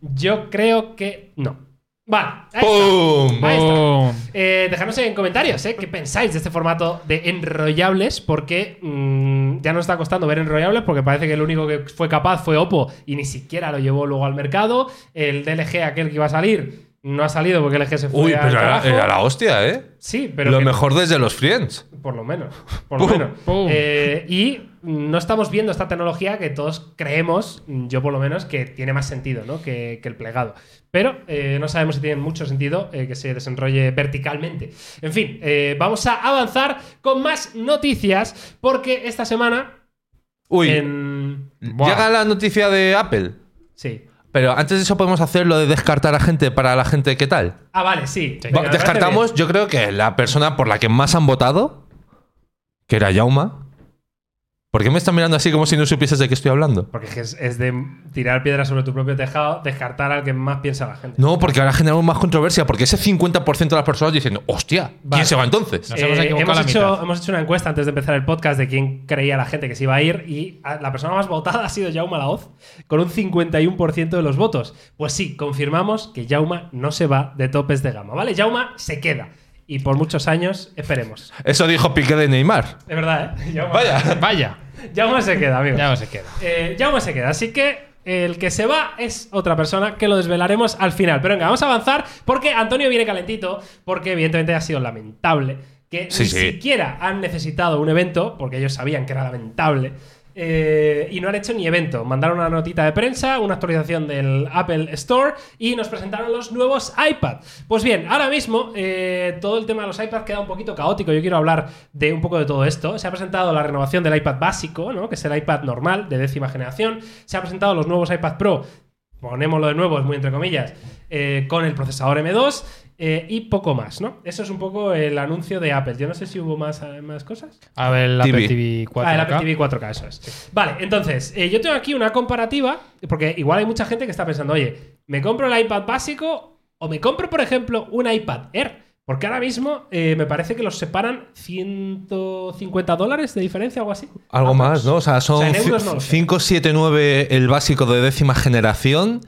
A: Yo creo que no. Vale. ahí
B: ¡Pum!
A: Ahí está.
C: Boom.
A: Eh, dejadnos en comentarios ¿eh? qué pensáis de este formato de enrollables, porque mm, ya nos está costando ver enrollables, porque parece que el único que fue capaz fue Oppo y ni siquiera lo llevó luego al mercado. El DLG, aquel que iba a salir, no ha salido porque el LG se fue
B: Uy,
A: al
B: pero era,
A: carajo.
B: era la hostia, ¿eh?
A: Sí, pero
B: lo
A: que-
B: mejor desde los Friends.
A: por lo menos, [laughs] por lo
B: Pum,
A: menos.
C: pum.
A: Eh, y no estamos viendo esta tecnología que todos creemos, yo por lo menos, que tiene más sentido ¿no? que, que el plegado. Pero eh, no sabemos si tiene mucho sentido eh, que se desenrolle verticalmente. En fin, eh, vamos a avanzar con más noticias porque esta semana
B: Uy,
A: en...
C: Buah.
B: llega la noticia de Apple.
A: Sí.
B: Pero antes de eso podemos hacer lo de descartar a gente para la gente, ¿qué tal?
A: Ah, vale, sí.
C: Sí.
A: Venga,
B: Va-
A: me parece
B: Descartamos, yo creo que la persona por la que más han votado, que era Yauma, ¿Por qué me están mirando así como si no supieses de qué estoy hablando?
A: Porque es, es de tirar piedras sobre tu propio tejado, descartar al que más piensa la gente.
B: No, porque ahora generamos más controversia, porque ese 50% de las personas diciendo, hostia, ¿quién
A: Vale.
B: se va entonces?
C: Nos hemos equivocado
A: Eh, hemos,
C: la
A: hecho,
C: mitad.
A: hemos hecho una encuesta antes de empezar el podcast de quién creía la gente que se iba a ir y a- la persona más votada [laughs] ha sido Jauma Laoz con un 51% de los votos. Pues sí, confirmamos que Jauma no se va de topes de gama, ¿vale? Jauma se queda y por muchos años esperemos.
B: Eso dijo Piqué de Neymar.
A: De verdad, ¿eh? [laughs] Jaume-
B: Vaya.
C: Vaya,
A: Jaume se queda, amigo.
C: ya no se queda.
A: Eh, Jaume se queda, así que el que se va es otra persona que lo desvelaremos al final. Pero venga, vamos a avanzar porque Antonio viene calentito, porque evidentemente ha sido lamentable que
B: Sí,
A: ni
B: sí.
A: siquiera han necesitado un evento, porque ellos sabían que era lamentable. eh, y no han hecho ni evento. Mandaron una notita de prensa, una actualización del Apple Store y nos presentaron los nuevos iPad. Pues bien, ahora mismo eh, todo el tema de los iPads queda un poquito caótico. Yo quiero hablar de un poco de todo esto. Se ha presentado la renovación del iPad básico, ¿no? que es el iPad normal de décima generación. Se han presentado los nuevos iPad Pro, ponémoslo de nuevo, es muy entre comillas, eh, con el procesador M2 eh, y poco más. ¿no? Eso es un poco el anuncio de Apple. Yo no sé si hubo más, eh, más cosas.
C: A ver, el
B: TV.
C: Apple TV 4K.
A: Ah, el Apple TV 4K, eso es. Vale, entonces, eh, yo tengo aquí una comparativa, porque igual hay mucha gente que está pensando, oye, ¿me compro el iPad básico o me compro, por ejemplo, un iPad Air? Porque ahora mismo eh, me parece que los separan 150 dólares de diferencia o algo así.
B: Algo más, ¿no? O sea,
A: Ah, pues, O sea,
B: son
A: en euros no lo sé.
B: 579 el básico de décima generación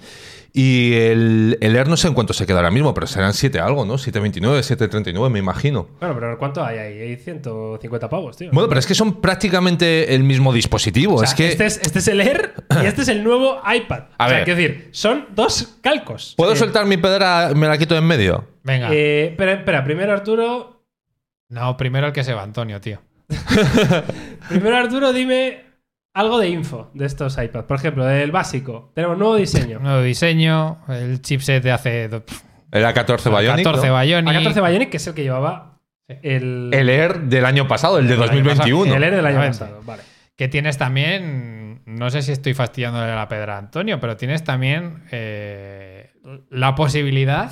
B: y el, el Air no sé en cuánto se queda ahora mismo, pero serán 7 algo, ¿no? 729, 739, me imagino.
A: Bueno, pero ¿cuánto hay ahí? Hay 150 pavos, tío.
B: Bueno, pero es que son prácticamente el mismo dispositivo.
A: O sea,
B: es que
A: este, es, este es el Air y este es el nuevo iPad.
B: A
A: o sea,
B: ver.
A: quiero decir, son dos calcos.
B: ¿Puedo
A: Eh,
B: soltar mi pedra? Me la quito de en medio.
C: Venga.
A: eh, espera, espera, primero Arturo,
C: No, primero el que se va, Antonio, tío.
A: Primero, Arturo, dime algo de info de estos iPads. Por ejemplo, del básico. Tenemos nuevo diseño.
C: Nuevo diseño, el chipset de hace do-
B: Era 14 Este Bionic.
C: 14
B: ¿no?
C: Bionic.
A: A14 Bionic, que es el que llevaba el,
B: El Air del año pasado, el E de
C: año
B: 2021.
A: el Air del año
C: Exactamente.
A: pasado. Ah, Vale.
C: Que tienes también, no sé si estoy fastidiándole la pedra a Antonio, pero tienes también eh, la posibilidad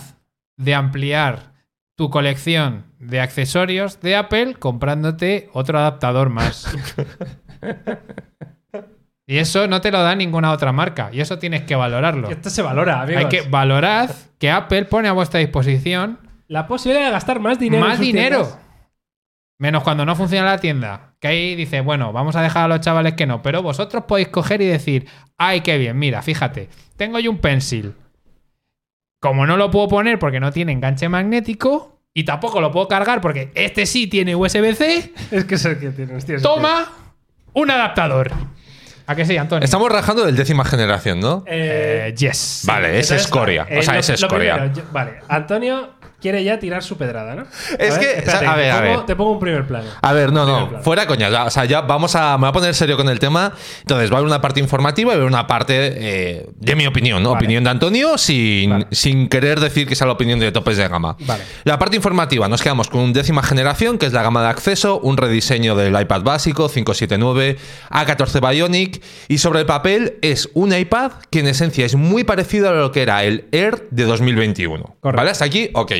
C: de ampliar tu colección de accesorios de Apple comprándote otro
B: [laughs]
C: adaptador más. y eso no te lo da ninguna otra marca. Y eso tienes que valorarlo.
A: Esto se valora, amigos.
C: Hay que valorar que Apple pone a vuestra disposición
A: La posibilidad de gastar más dinero. en
C: más
A: sus
C: dinero.
A: tiendas. [laughs]
C: Menos cuando no funciona la tienda. Que ahí dice, bueno, vamos a dejar a los chavales que no. Pero vosotros podéis coger y decir, ay, qué bien, mira, fíjate, tengo yo un pencil. Como no lo puedo poner porque no tiene enganche magnético y tampoco lo puedo cargar porque este sí tiene USB-C,
A: Es que es el que tienes, tío. es el
C: toma un adaptador. ¿A que sí, Antonio?
B: Estamos rajando del décima generación, ¿no?
A: que- Eh,
C: Eh, yes.
B: vale, es
A: entonces,
B: escoria.
A: eh,
B: o sea,
A: lo-
B: es
A: lo
B: escoria.
A: primero, yo- vale, Antonio quiere ya tirar su pedrada, ¿no?
B: Es que- a
A: te
B: ver, a
A: pongo-
B: ver. Ah,
A: Te pongo un primer plano.
B: A ver, no,
A: Primer
B: no,
A: plano.
B: fuera coña. ya, o sea, ya vamos a. Me voy a poner serio con el tema. Entonces, va a haber una parte informativa y va a haber una parte eh, de mi opinión, ¿no?
A: Vale.
B: Opinión de Antonio sin,
A: Vale.
B: sin querer decir que sea la opinión de topes de gama.
A: Vale.
B: La parte informativa, nos quedamos con un décima generación, que es la gama de acceso, un rediseño del iPad básico, 579, A14 Bionic, y sobre el papel es un iPad que en esencia es muy parecido a lo que era el Air de 2021.
A: Correcto.
B: ¿Vale? Hasta aquí, ok.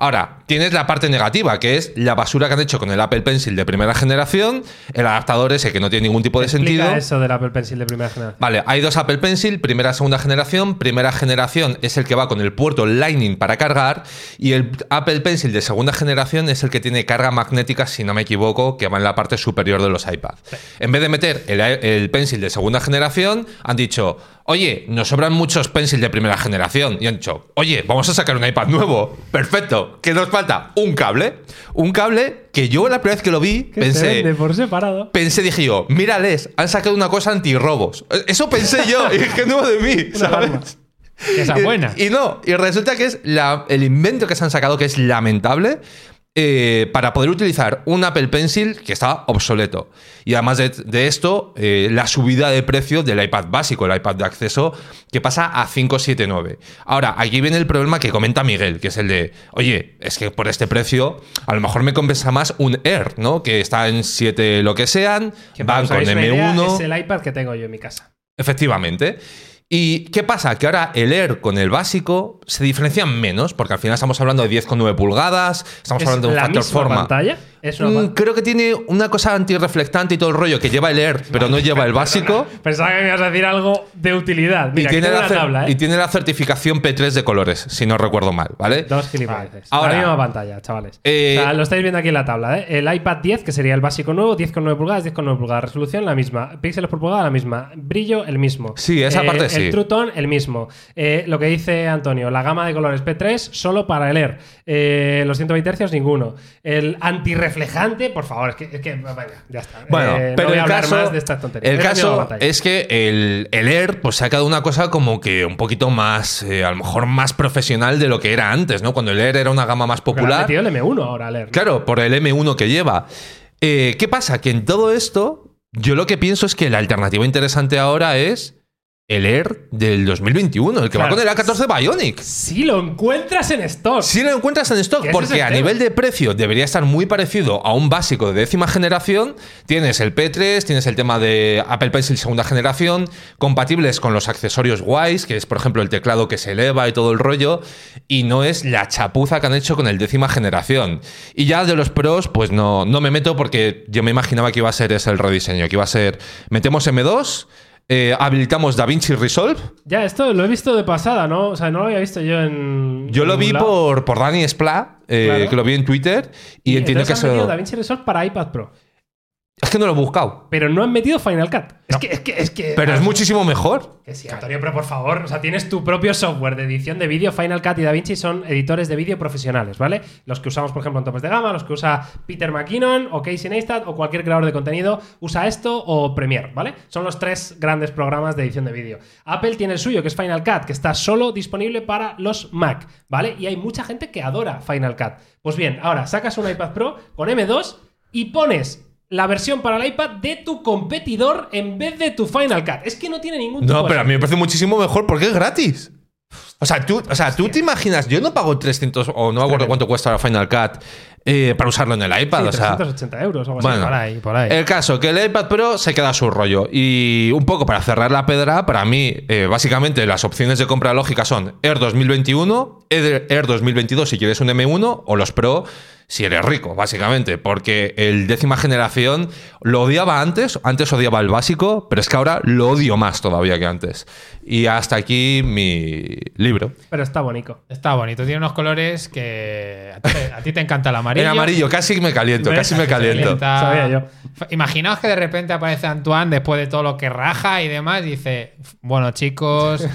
B: Ahora, tienes la parte negativa, que es la basura que han hecho con el Apple Pencil de primera generación, el adaptador ese que no tiene ningún tipo de
A: Explica
B: sentido.
A: eso del Apple Pencil de primera generación.
B: Vale, hay dos Apple Pencil, primera, segunda generación. Primera generación es el que va con el puerto Lightning para cargar y el Apple Pencil de segunda generación es el que tiene carga magnética, si no me equivoco, que va en la parte superior de los iPads. En vez de meter el, el Pencil de segunda generación, han dicho, oye, nos sobran muchos Pencil de primera generación. Y han dicho, oye, vamos a sacar un iPad nuevo. Perfecto. ¿Qué nos falta? Un cable. Un cable que yo la primera vez que lo vi
A: Que
B: pensé
A: se vende por separado.
B: pensé, dije yo, mírales, han sacado una cosa antirrobos. Eh, Eso pensé yo, [laughs] y es que no de mí,
A: alarma.
B: ¿sabes?
C: Que Esa es
B: Y-
C: buena.
B: Y, no, y resulta que es la- el invento que se han sacado, que es lamentable, eh, para poder utilizar un Apple Pencil que está obsoleto. Y además de, de esto, eh, la subida de precio del iPad básico, el iPad de acceso, que pasa a 579. Ahora, aquí viene el problema que comenta Miguel, que es el de, oye, es que por este precio, a lo mejor me compensa más un Air, ¿no? Que está en 7 lo que sean,
A: Que para
B: van
A: os
B: con
A: hagáis una idea,
B: M1.
A: Es el iPad que tengo yo en mi casa.
B: Efectivamente. ¿Y qué pasa? Que ahora el Air con el básico se diferencian menos, porque al final estamos hablando de 10,9 pulgadas, estamos
A: ¿Es
B: hablando de un
A: la
B: factor
A: misma
B: forma.
A: pantalla? Es una
B: Mm,
A: pan-
B: creo que tiene una cosa antirreflectante y todo el rollo que lleva el Air, pero no lleva el básico.
A: Pensaba que me ibas a decir algo de utilidad. Mira,
B: y, tiene
A: aquí
B: la
A: tengo la
B: cer-
A: tabla,
B: y
A: ¿eh?
B: tiene la certificación P3 de colores, si no recuerdo mal, ¿vale?
A: Dos gilipolleces.
B: Ahora-
A: la misma pantalla, chavales.
B: Eh,
A: o sea, lo estáis viendo aquí en la tabla, ¿eh? El iPad 10, que sería el básico nuevo, 10,9 pulgadas, 10,9 pulgadas. Resolución, la misma. Píxeles por pulgada, la misma. Brillo, el mismo.
B: Sí, esa
A: Eh,
B: parte
A: el
B: sí.
A: True Tone, el mismo. Eh, lo que dice Antonio, la gama de colores P3 solo para el Air. Eh, los 120 hercios, ninguno. El antirreflejante, por favor, es que, es que vaya, ya está.
B: Bueno,
A: Eh, no
B: pero
A: voy a
B: el
A: hablar
B: caso,
A: más de estas tonterías.
B: el
A: Es la misma
B: caso
A: pantalla.
B: es que el, el Air pues, se ha quedado una cosa como que un poquito más, eh, a lo mejor más profesional de lo que era antes, ¿no? Cuando el Air era una gama más
A: Porque le han
B: popular.
A: metido el M1 ahora al Air. ¿no?
B: Claro, por el M1 que lleva. Eh, ¿Qué pasa? Que en todo esto, yo lo que pienso es que la alternativa interesante ahora es el Air del 2021, el que
A: Claro.
B: va con el A14 Bionic.
A: Si lo encuentras en stock.
B: Si lo encuentras en stock,
A: Que ese es el
B: porque a
A: tema.
B: nivel de precio debería estar muy parecido a un básico de décima generación, tienes el P3, tienes el tema de Apple Pencil segunda generación, compatibles con los accesorios guays, que es por ejemplo el teclado que se eleva y todo el rollo, y no es la chapuza que han hecho con el décima generación. Y ya de los pros, pues no, no me meto porque yo me imaginaba que iba a ser ese el rediseño, que iba a ser, metemos M2, eh, habilitamos DaVinci Resolve.
A: Ya, esto lo he visto de pasada, ¿no? O sea, no lo había visto yo en.
B: Yo
A: en
B: lo
A: ningún
B: vi
A: lado.
B: por, por Dani Spla, eh,
A: Claro.
B: que lo vi en Twitter, y, entiendo
A: entonces
B: que
A: han
B: eso.
A: metido DaVinci Resolve para iPad Pro.
B: Es que no lo he buscado.
A: Pero no han metido Final Cut. Es que, es que, es que.
B: Pero es muchísimo mejor.
A: Que sí, Antonio, pero por favor, o sea, tienes tu propio software de edición de vídeo. Final Cut y DaVinci son editores de vídeo profesionales, ¿vale? Los que usamos, por ejemplo, en topes de gama, los que usa Peter McKinnon o Casey Neistat o cualquier creador de contenido usa esto o Premiere, ¿vale? Son los tres grandes programas de edición de vídeo. Apple tiene el suyo, que es Final Cut, que está solo disponible para los Mac, ¿vale? Y hay mucha gente que adora Final Cut. Pues bien, ahora sacas un iPad Pro con M2 y pones la versión para el iPad de tu competidor en vez de tu Final Cut. Es que no tiene ningún tipo
B: No,
A: de
B: pero a mí me parece muchísimo mejor porque es gratis. O sea, tú, o sea, tú te imaginas, yo no pago 300 o no me acuerdo cuánto cuesta ahora Final Cut eh, para usarlo en el iPad.
A: Sí,
B: o sea,
A: 380 euros o algo
B: bueno, Eh,
A: así.
C: por ahí, por ahí.
B: El caso, que el iPad Pro se queda a su rollo. Y un poco para cerrar la pedra, para mí, eh, básicamente las opciones de compra lógicas son Air 2021, Air Air 2022 si quieres un M1 o los Pro si eres rico, básicamente. Porque el décima generación lo odiaba antes, antes odiaba el básico, pero es que ahora lo odio más todavía que antes. Y hasta aquí mi libro.
A: Pero está bonito.
C: Está bonito, tiene unos colores que a ti, te- a ti te encanta el amarillo.
B: En amarillo, casi me caliento,
A: ¿Ves?
B: casi me caliento.
C: Calienta.
A: Sabía yo.
C: F- Imaginaos que de repente aparece Antoine después de todo lo que raja y demás y dice, bueno chicos,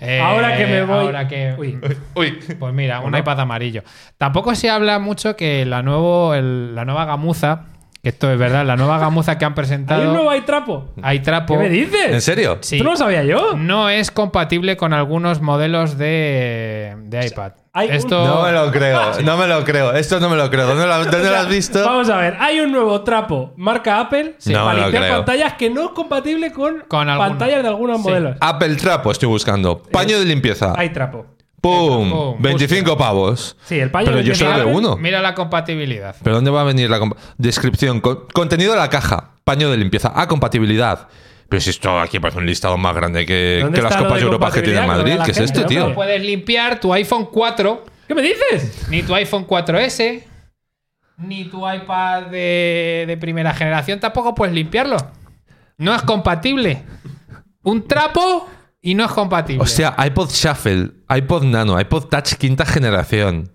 C: eh,
A: [laughs] ahora que me voy.
C: ahora que-
A: Uy,
B: Uy.
C: Pues mira, un iPad amarillo. Tampoco se habla mucho que la, nuevo, el- la nueva gamuza, que esto es verdad, la nueva gamuza que han
A: ¿Hay
C: presentado,
A: un nuevo hay trapo?
C: hay trapo,
A: ¿Qué me dices?
B: ¿En serio?
C: Sí.
A: ¿Tú no lo sabía yo?
C: no es compatible con algunos modelos de, de iPad.
A: hay un-
C: esto,
B: No me lo
A: Ah,
B: creo, no me lo creo. Esto no me lo creo. ¿Dónde lo, dónde lo has visto?
A: Vamos a ver, hay un nuevo trapo marca Apple
B: Sí. No me
A: para
B: lo
A: limpiar
B: creo.
A: pantallas que no es compatible con,
C: Con alguno.
A: pantallas de algunos
C: Sí.
A: modelos.
B: Apple Trapo estoy buscando. Paño de limpieza.
A: Hay trapo.
B: ¡Pum!
C: Pum,
B: 25 pavos.
A: Sí, el paño
B: Pero
A: que
B: yo
A: tiene
B: solo veo
A: Apple-
B: uno.
C: Mira la compatibilidad.
B: ¿Pero dónde va a venir la comp- descripción? Con- contenido de la caja. Paño de limpieza. A compatibilidad. Pero si esto aquí parece un listado más grande que,
A: ¿Dónde
B: que las
A: está lo
B: copas
A: de
B: de Europa que tiene
A: compatibilidad?
B: Madrid.
A: Que lo vea la
B: ¿Qué es
A: gente,
B: esto,
A: ¿no?
B: tío?
A: Pero
C: Puedes limpiar tu iPhone 4
A: ¿Qué me dices?
C: ni tu iPhone 4S, ni tu iPad de, de primera generación, tampoco puedes limpiarlo. No es compatible. Un trapo y no es compatible.
B: O sea, iPod Shuffle, iPod Nano, iPod Touch quinta generación.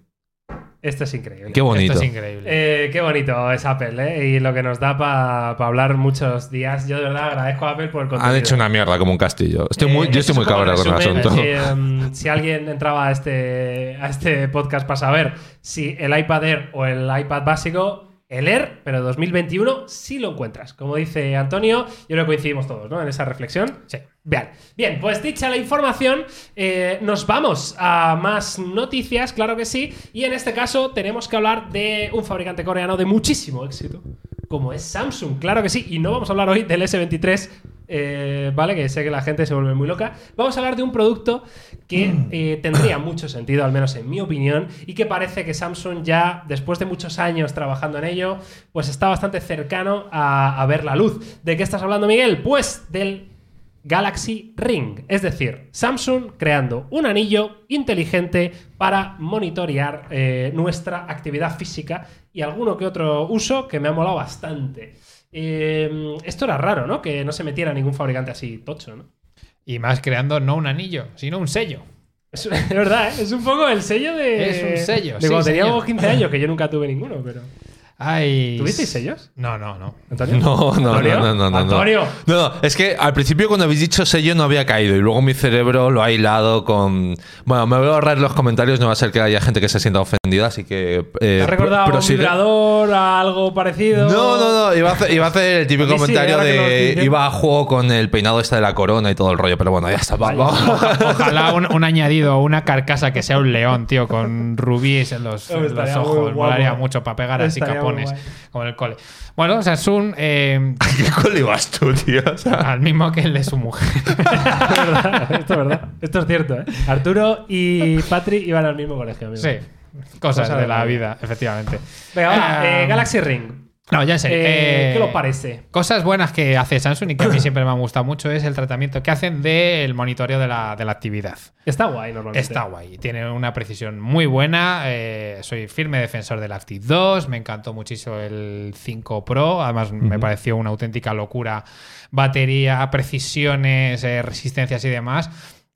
A: Esto Este es increíble.
B: Qué bonito.
C: Esto es increíble.
A: Eh, qué bonito es Apple, ¿eh? Y lo que nos da para hablar muchos días. Yo de verdad agradezco a Apple por el contenido.
B: Han hecho una mierda como un castillo. Estoy
A: Eh,
B: muy, yo
A: esto
B: estoy
A: es
B: muy
A: un poco
B: cabrón con el
A: resumen,
B: asunto.
A: Si, em, si alguien entraba a este, a este podcast para saber si el iPad Air o el iPad básico, el Air, pero 2021, sí lo encuentras. Como dice Antonio, yo creo que coincidimos todos ¿no? en esa reflexión.
C: Sí.
A: Bien, bien, pues dicha la información, eh, nos vamos a más noticias, claro que sí, y en este caso tenemos que hablar de un fabricante coreano de muchísimo éxito, como es Samsung, claro que sí, y no vamos a hablar hoy del S23, eh, ¿vale? Que sé que la gente se vuelve muy loca, vamos a hablar de un producto que eh, tendría mucho sentido, al menos en mi opinión, y que parece que Samsung ya, después de muchos años trabajando en ello, pues está bastante cercano a, a ver la luz. ¿De qué estás hablando, Miguel? Pues del Galaxy Ring, es decir, Samsung creando un anillo inteligente para monitorear eh, nuestra actividad física y alguno que otro uso que me ha molado bastante. Eh, esto era raro, ¿no? Que no se metiera ningún fabricante así tocho, ¿no?
C: Y más creando no un anillo, sino un sello.
A: Es, [laughs] es verdad, ¿eh? es un poco el sello de.
C: Es un sello,
A: De
C: sí,
A: cuando teníamos
C: señor.
A: 15 años, que yo nunca tuve ninguno, pero.
C: Ay.
A: ¿Tuvisteis sellos?
C: No, no, no.
A: ¿Antonio?
B: No, no, no,
A: ¿Eh? ¿Antonio?
B: no, no, no.
A: Antonio.
B: No, no, es que al principio cuando habéis dicho sello no había caído y luego mi cerebro lo ha hilado con... Bueno, me voy a ahorrar los comentarios, no va a ser que haya gente que se sienta ofendida, así que... eh,
A: ¿Te has recordado a un
B: prosigue.
A: vibrador, a algo parecido?
B: No, no, no, iba a hacer, iba a hacer el típico
A: A mí sí,
B: comentario
A: ahora que lo
B: de...
A: dicen.
B: Iba a juego con el peinado este de la corona y todo el rollo, pero bueno, ya está. va-
A: Vaya.
B: vamos. [laughs]
C: Ojalá un, un añadido, una carcasa que sea un león, tío, con rubíes en los,
A: Eso
C: en los
A: estaría muy
C: ojos.
A: guapo.
C: Molaría mucho para pegar así
A: Estaría muy
C: capones,
A: guay.
C: como en el cole. Bueno, Samsung, eh, [laughs]
B: ¿A ¿Qué cole ibas tú, tío? O sea,
C: al mismo que el de su mujer.
A: Esto es verdad, esto es verdad. Esto es cierto, ¿eh? Arturo y Patri iban al mismo colegio, amigo.
C: Sí, cosas
A: Cosa
C: de
A: de la
C: la vida, efectivamente.
A: Venga, va,
C: Ah,
A: eh, Galaxy Ring.
C: No, ya sé.
A: Eh,
C: eh,
A: ¿Qué os parece?
C: Cosas buenas que hace Samsung y que a
A: [coughs]
C: mí siempre me han gustado mucho es el tratamiento que hacen del monitoreo de la, de la actividad.
A: Está guay normalmente.
C: Está guay, tiene una precisión muy buena. eh, soy firme defensor del Active 2, me encantó muchísimo el 5 Pro, además me pareció una auténtica locura. Batería, precisiones, eh, resistencias y demás.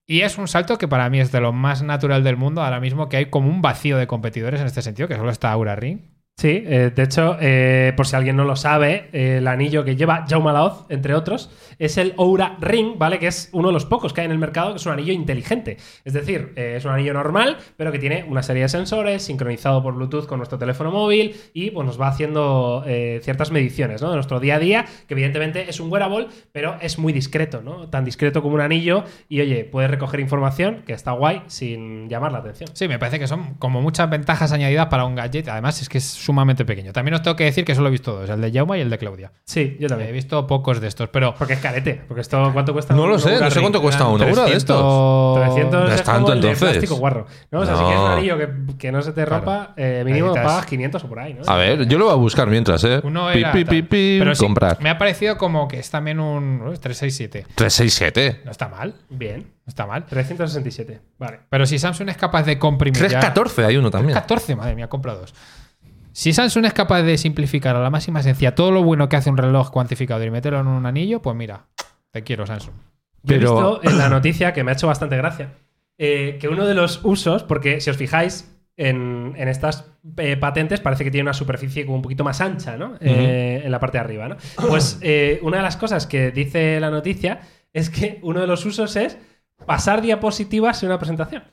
C: Y es un salto que para mí es de lo más natural del mundo ahora mismo, que hay como un vacío de competidores en este sentido, que solo está Aura Ring.
A: Sí, eh, de hecho, eh, por si alguien no lo sabe, eh, el anillo que lleva Jaume Laoz, entre otros, es el Oura Ring, ¿vale? Que es uno de los pocos que hay en el mercado que es un anillo inteligente. Es decir, eh, es un anillo normal, pero que tiene una serie de sensores, sincronizado por Bluetooth con nuestro teléfono móvil y pues, nos va haciendo eh, ciertas mediciones, ¿no? De nuestro día a día, que evidentemente es un wearable, pero es muy discreto, ¿no? Tan discreto como un anillo y, oye, puedes recoger información que está guay sin llamar la atención.
C: Sí, me parece que son como muchas ventajas añadidas para un gadget. Además, es que es sumamente pequeño. También os tengo que decir que solo he visto dos, el de Jauma y el de Claudia.
A: Sí, yo
C: He
A: también.
C: visto pocos de estos, pero
A: Porque es carete. Porque esto, ¿cuánto cuesta?
B: No lo
A: un
B: sé,
A: Oura
B: no sé
A: Ring?
B: cuánto cuesta un euro de estos.
A: 300
C: 300...
B: No es
A: es como
B: tanto,
A: el de
B: entonces.
A: plástico guarro. ¿no? O sea, si
B: No.
A: quieres un anillo que, que no se te rompa, eh, mínimo
C: Necesitas-
A: pagas 500 o por ahí, ¿no?
B: A ver, yo lo voy a buscar mientras, ¿eh?
C: Uno
B: Pi,
C: era
B: pi,
C: tal.
B: pi, pi,
C: Pero sí,
B: comprar.
C: me ha parecido como que es también un uh, 367.
B: 367.
C: No está mal, no
A: Bien.
C: está mal.
A: 367. Vale.
C: Pero si Samsung es capaz de comprimir. ya-
B: 314 hay uno también.
C: 14, madre mía, compra dos. Si Samsung es capaz de simplificar a la máxima esencia todo lo bueno que hace un reloj cuantificador y meterlo en un anillo, pues mira, te quiero, Samsung.
A: Yo he
B: Pero-
A: visto en la noticia, que me ha hecho bastante gracia, eh, que uno de los usos, porque si os fijáis en, en estas eh, patentes, parece que tiene una superficie como un poquito más ancha, ¿no? Eh, en la parte de arriba, ¿no? Pues eh, una de las cosas que dice la noticia es que uno de los usos es pasar diapositivas en una presentación.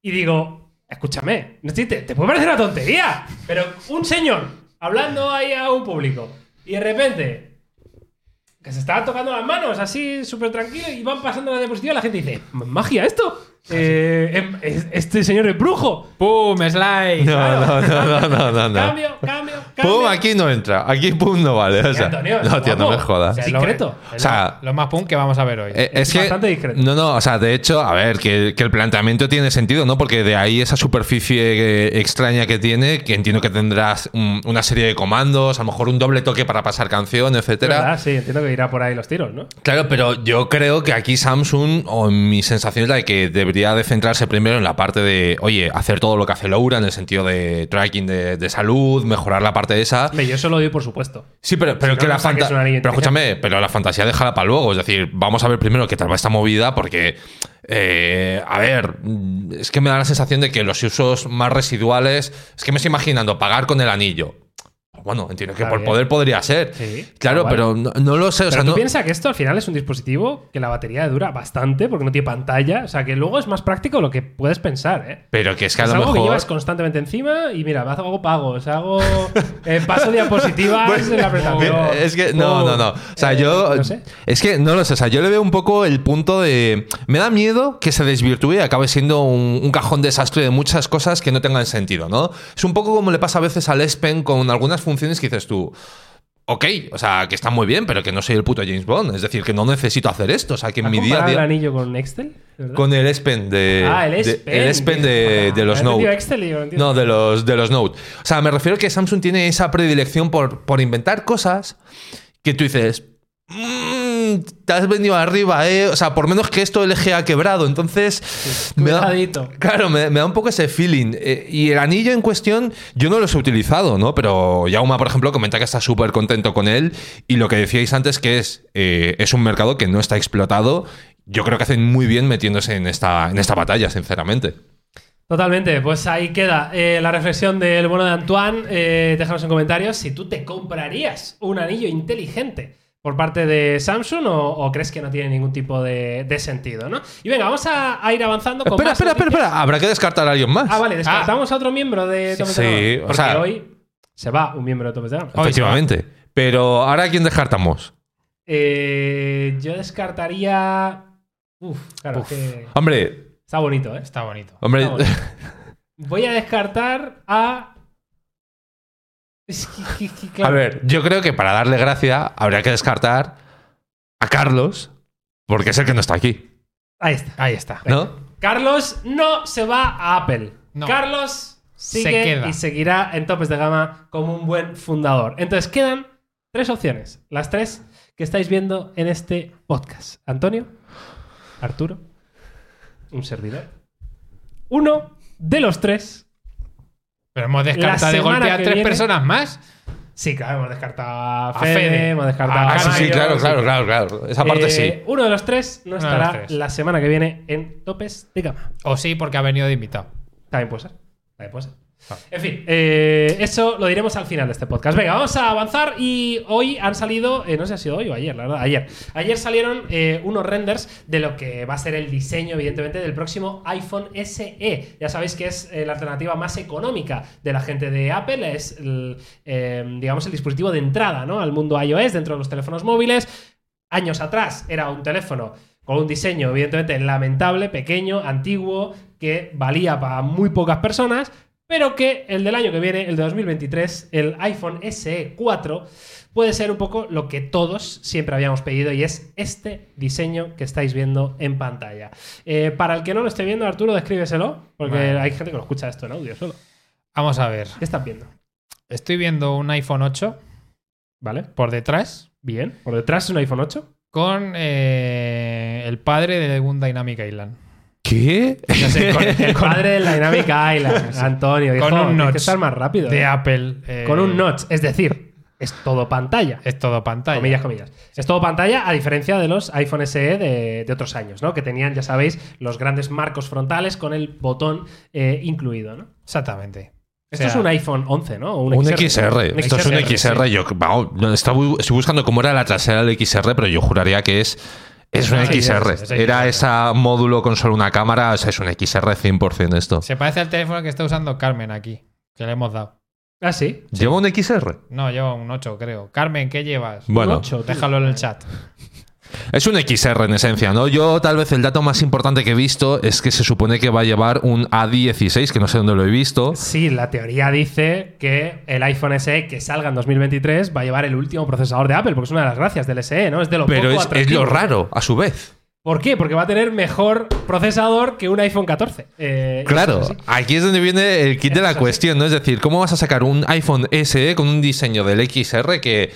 A: Y digo, escúchame, no sé, te, te puede parecer una tontería, pero un señor hablando ahí a un público y de repente que se estaban tocando las manos así súper tranquilo y van pasando la diapositiva y la gente dice, magia esto. Eh, em- es- este señor es brujo.
C: ¡Pum! ¡Slide!
B: No, no, no, no, no, no, no.
A: Cambio,
B: [laughs]
A: cambio, cambio.
B: Pum, aquí no entra. Aquí pum no vale. O sea,
A: Antonio, es
B: no, tío, no
A: guapo.
B: me
A: O
B: jodas.
A: sea,
C: Es lo-
A: Discreto.
C: es lo,
B: O sea-
C: lo más pum que vamos a ver hoy.
B: Eh, es,
A: es
B: que,
A: bastante discreto.
B: No, no, o sea, de hecho, a ver, que, que el planteamiento tiene sentido, ¿no? Porque de ahí esa superficie eh, extraña que tiene, que entiendo que tendrás un- una serie de comandos, a lo mejor un doble toque para pasar canción, etcétera.
A: ¿Verdad? Sí, entiendo que irá por ahí los tiros, ¿no?
B: Claro, pero yo creo que aquí Samsung, o mi sensación es la de que debería de centrarse primero en la parte de, oye, hacer todo lo que hace Laura en el sentido de tracking de, de salud, mejorar la parte esa.
A: Hombre, Yo eso lo doy por supuesto.
B: Sí, pero, pero
A: Si no,
B: que
A: no
B: la
A: saques una
B: fantasía.
A: línea
B: Pero escúchame, pero la fantasía déjala para luego. Es decir, vamos a ver primero qué tal va esta movida, porque. eh, a ver, mm, es que me da la sensación de que los usos más residuales. Es que me estoy imaginando pagar con el anillo. Bueno, entiendo que
A: Está
B: por
A: bien.
B: poder podría ser.
A: Sí,
B: claro,
A: está
B: pero no, no lo sé.
A: Pero
B: o sea,
A: tú
B: no-
A: piensas que esto al final es un dispositivo que la batería dura bastante porque no tiene pantalla. O sea, que luego es más práctico lo que puedes pensar, ¿eh?
B: pero que es que a
A: es
B: lo
A: algo
B: mejor.
A: que llevas constantemente encima y mira, hago pagos, hago
B: [laughs]
A: eh, paso [laughs] diapositivas en Ah, la presentación.
B: Mira, Es que no,
A: Oh,
B: no, no. O sea,
A: eh,
B: yo.
A: no sé.
B: Es que no lo sé. O sea, yo le veo un poco el punto de. Me da miedo que se desvirtúe y acabe siendo un, un cajón desastre de muchas cosas que no tengan sentido, ¿no? Es un poco como le pasa a veces al S Pen con algunas funciones que dices tú. Ok, o sea, que está muy bien, pero que no soy el puto James Bond. Es decir, que no necesito hacer esto. O sea, que en
A: ¿Has
B: mi día a
A: comparado el
B: día.
A: anillo con Nextel? ¿De verdad?
B: Con el S Pen de.
A: ah, el
B: de-
A: S Pen.
B: el S Pen de,
A: Ah,
B: de los
A: me he entendido
B: Note.
A: Excel y digo, entiendo.
B: No, de los, de los Note. O sea, me refiero que Samsung tiene esa predilección por, por inventar cosas que tú dices. "Mm, mm, te has venido arriba, ¿eh? O sea, por menos que esto LG ha quebrado. Entonces,
A: cuidadito.
B: claro, me, me da un poco ese feeling. Eh, y el anillo en cuestión, yo no los he utilizado, ¿no? Pero Yauma, por ejemplo, comenta que está súper contento con él. Y lo que decíais antes, que es, eh, es un mercado que no está explotado. Yo creo que hacen muy bien metiéndose en esta, en esta batalla, sinceramente.
A: Totalmente, pues ahí queda eh, la reflexión del bueno de Antoine. Eh, déjanos en comentarios si tú te comprarías un anillo inteligente por parte de Samsung o, o crees que no tiene ningún tipo de, de sentido, ¿no? Y venga, vamos a, a ir avanzando con
B: Espera,
A: más
B: espera, espera,
A: noticias.
B: espera. Habrá que descartar a alguien más.
A: Ah, vale, descartamos a otro miembro de Topes de
B: Sí,
A: Gama,
B: o
A: Porque
B: sea-
A: hoy se va un miembro de Topes de Gama.
C: Hoy se va.
B: Efectivamente. Pero ahora, ¿a quién descartamos?
A: Eh, yo descartaría. Uf, claro,
C: Uf.
A: que
B: Hombre,
A: está bonito, ¿eh?
C: Está bonito.
B: hombre. [laughs]
A: Vamos. Voy a descartar a. Es que- que- que,
B: A
A: claro.
B: ver, yo creo que para darle gracia habría que descartar a Carlos, porque es el que no está aquí,
A: Ahí está.
C: Ahí está.
B: ¿no?
A: Carlos no se va a Apple.
C: No.
A: Carlos sigue
C: Se queda.
A: y seguirá en topes de gama como un buen fundador. Entonces quedan tres opciones, las tres que estáis viendo en este podcast. Antonio, Arturo, un servidor. Uno de los tres.
C: Pero hemos descartado de
A: semana
C: golpe a
A: que
C: tres
A: viene-
C: personas más.
A: Sí, claro, hemos descartado a
C: A
A: Fede,
C: Fede.
A: hemos descartado
C: Ah,
A: a
B: Ah, sí, sí,
A: Mario,
B: claro,
A: sí.
B: claro, claro, claro. Esa parte
A: Eh,
B: sí.
A: Uno de los tres no
C: Uno de
A: estará
C: los tres.
A: la semana que viene en topes de gama.
C: O sí, porque ha venido de invitado.
A: También puede ser. También puede ser.
C: Ah.
A: En fin, eh, eso lo diremos al final de este podcast. Venga, vamos a avanzar y hoy han salido, eh, no sé si ha sido hoy o ayer, la verdad, ayer. Ayer salieron eh, unos renders de lo que va a ser el diseño, evidentemente, del próximo iPhone SE. Ya sabéis que es eh, la alternativa más económica de la gente de Apple, es, el, eh, digamos, el dispositivo de entrada ¿no? al mundo iOS dentro de los teléfonos móviles años atrás era un teléfono con un diseño evidentemente lamentable, pequeño, antiguo, que valía para muy pocas personas, pero que el del año que viene, el de 2023, el iPhone SE 4, puede ser un poco lo que todos siempre habíamos pedido y es este diseño que estáis viendo en pantalla. Eh, para el que no lo esté viendo, Arturo, descríbeselo, porque
C: Vale.
A: hay gente que lo escucha esto en audio solo.
C: Vamos a ver.
A: ¿Qué estás viendo?
C: Estoy viendo un iPhone 8
A: ¿Vale?
C: por detrás
A: Bien. ¿Por detrás un iPhone 8?
C: con eh, el padre de un Dynamic Island.
B: ¿Qué?
C: No sé, [laughs] con,
A: El padre del Dynamic Island, Antonio.
C: Con
A: hijo,
C: un
A: tienes
C: notch
A: que estar más rápido.
C: de
A: ¿eh?
C: Apple. eh,
A: Con un notch, es decir, es todo pantalla.
C: Es todo pantalla.
A: Comillas, comillas. Es todo pantalla, a diferencia de los iPhone SE de, de otros años, ¿no? Que tenían, ya sabéis, los grandes marcos frontales con el botón eh, incluido, ¿no?
C: Exactamente. O
A: Esto
C: sea,
A: es un iPhone 11, ¿no? O
B: Un XR.
A: Un
B: Esto es un XR. Yo vamos, no, estaba bu- estoy buscando cómo era la trasera del XR, pero yo juraría que es. Es un
C: Ah, sí,
B: XR.
C: es- es
B: Era
C: XR.
B: ese módulo con solo una cámara. O sea, es un XR 100% esto.
C: Se parece al teléfono que está usando Carmen aquí, que le hemos dado.
A: Ah, sí.
B: ¿Lleva un XR?
C: No, lleva un 8, creo. Carmen, ¿qué llevas?
B: Bueno.
A: Un 8, tú.
C: Déjalo en el chat.
B: Es un XR en esencia, ¿no? Yo tal vez el dato más importante que he visto es que se supone que va a llevar un A16, que no sé dónde lo he visto.
A: Sí, la teoría dice que el iPhone SE que salga en 2023 va a llevar el último procesador de Apple, porque es una de las gracias del SE, ¿no? Es de lo
B: Pero
A: poco
B: es, es lo
A: atractivo.
B: raro, a su vez.
A: ¿Por qué? Porque va a tener mejor procesador que un iPhone 14. Eh,
B: Claro,
A: eso es así.
B: aquí es donde viene el kit
A: Eso
B: de
A: es
B: la
A: así.
B: cuestión, ¿no? Es decir, ¿cómo vas a sacar un iPhone SE con un diseño del XR que...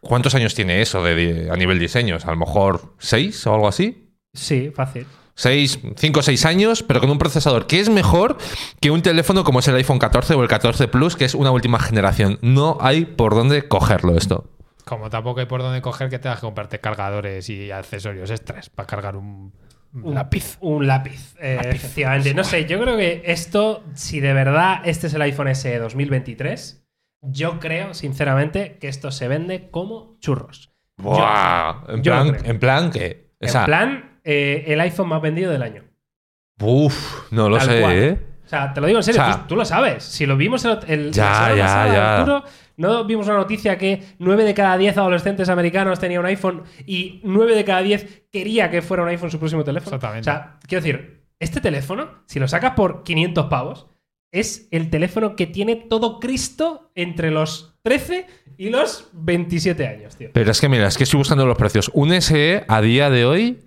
B: ¿Cuántos años tiene eso de, di- a nivel diseños? A lo mejor seis o algo así.
A: Sí, fácil.
B: 6, 5 o 6 años, pero con un procesador que es mejor que un teléfono como es el iPhone 14 o el 14 Plus, que es una última generación. No hay por dónde cogerlo esto.
C: Como tampoco hay por dónde coger que tengas que comprarte cargadores y accesorios extras para cargar un, un lápiz.
A: Un lápiz, eh, efectivamente. No sé, yo creo que esto, si de verdad este es el iPhone SE 2023, yo creo, sinceramente, que esto se vende como churros.
B: Buah, en,
A: yo no
B: plan,
A: creo.
B: en plan que... o sea,
A: en plan, eh, el iPhone más vendido del año.
B: Uf, no lo
A: Tal
B: sé,
A: cual.
B: ¿eh?
A: O sea, te lo digo en serio,
B: O sea,
A: tú, tú lo sabes. Si lo vimos el, el-
B: Ya,
A: la semana
B: ya,
A: pasada,
B: ya.
A: Arturo, no vimos una noticia que 9 de cada 10 adolescentes americanos tenían un iPhone y 9 de cada 10 quería que fuera un iPhone su próximo teléfono.
C: Exactamente.
A: O sea, quiero decir, este teléfono, si lo sacas por 500 pavos, es el teléfono que tiene todo Cristo entre los 13 y los 27 años, tío.
B: Pero es que mira, es que estoy buscando los precios. Un SE a día de hoy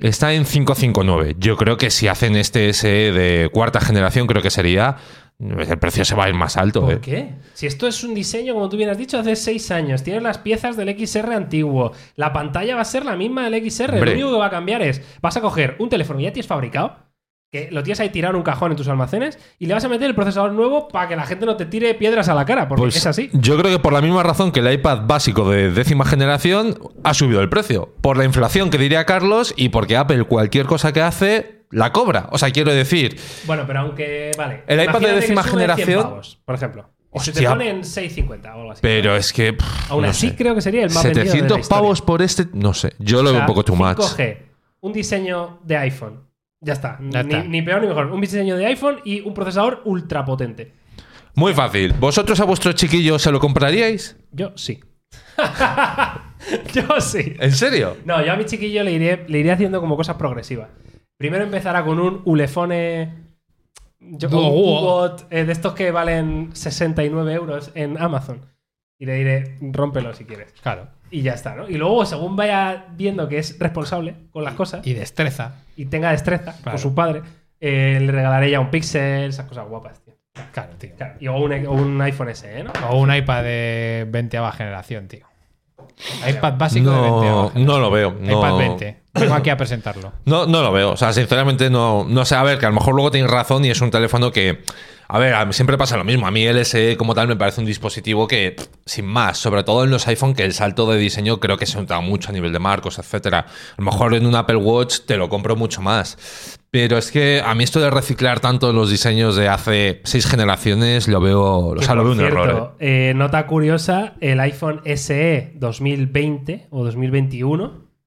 B: E está en 559. Yo creo que si hacen este SE de cuarta generación, creo que sería, el precio se va a ir más alto.
A: ¿Por
B: eh.
A: qué? Si esto es un diseño, como tú bien has dicho, hace seis años, tienes las piezas del XR antiguo, la pantalla va a ser la misma del XR, lo
B: Hombre.
A: único que va a cambiar es, vas a coger un teléfono que ya tienes fabricado, que lo tienes ahí tirado en un cajón en tus almacenes, y le vas a meter el procesador nuevo para que la gente no te tire piedras a la cara, porque
B: Pues
A: es así.
B: Yo creo que por la misma razón que el iPad básico de décima generación ha subido el precio. Por la inflación que diría Carlos y porque Apple cualquier cosa que hace la cobra. O sea, quiero decir,
A: Bueno, pero aunque, vale.
B: El iPad
A: imagínate
B: de
A: que
B: décima
A: sube 100
B: generación-
A: pavos, por ejemplo. O se te
B: Hostia.
A: pone en 6.50 o algo así.
B: pero es que. pff,
A: Aún
B: no
A: así
B: sé.
A: creo que sería el más vendido de la
B: 700
A: historia.
B: pavos por este. No sé. Yo lo veo un poco too much.
A: 5G, un diseño de iPhone. Ya está.
C: Ya
A: ni,
C: está.
A: ni peor ni mejor. Un diseño de iPhone y un procesador ultra potente.
B: Muy fácil. ¿Vosotros a vuestro chiquillo se lo compraríais?
A: Yo sí. [laughs] yo sí.
B: ¿En serio?
A: No, yo a mi chiquillo le iré, le iré haciendo como cosas progresivas. Primero empezará con un Ulefone. Yo, un
C: Duo.
A: Hugot, eh, de estos que valen 69 euros en Amazon. Y le diré, rómpelo si quieres.
C: Claro.
A: Y ya está, ¿no? Y luego, según vaya viendo que es responsable con las cosas,
C: Y destreza.
A: y tenga destreza por
C: Claro.
A: su padre, eh, le regalaré ya un Pixel, esas cosas guapas, tío.
C: Claro, tío.
A: Claro, y o un, o un iPhone SE, ¿no?
C: O un iPad de 20 ava generación, tío. iPad básico de 20 ava
B: No,
C: generación.
B: no lo veo. No.
C: iPad 20. Vengo aquí a presentarlo.
B: No, no lo veo. O sea, sinceramente no, no sé. A ver, que a lo mejor luego tienes razón y es un teléfono que. A ver, a mí siempre pasa lo mismo. A mí el SE como tal me parece un dispositivo que, pff, sin más, sobre todo en los iPhone, que el salto de diseño creo que se nota mucho a nivel de marcos, etcétera. A lo mejor en un Apple Watch te lo compro mucho más. Pero es que a mí esto de reciclar tanto los diseños de hace seis generaciones lo veo. O sea,
A: Que,
B: lo
A: por
B: veo un
A: cierto,
B: error. ¿eh?
A: eh, nota curiosa, el iPhone E SE 2020 o 2021,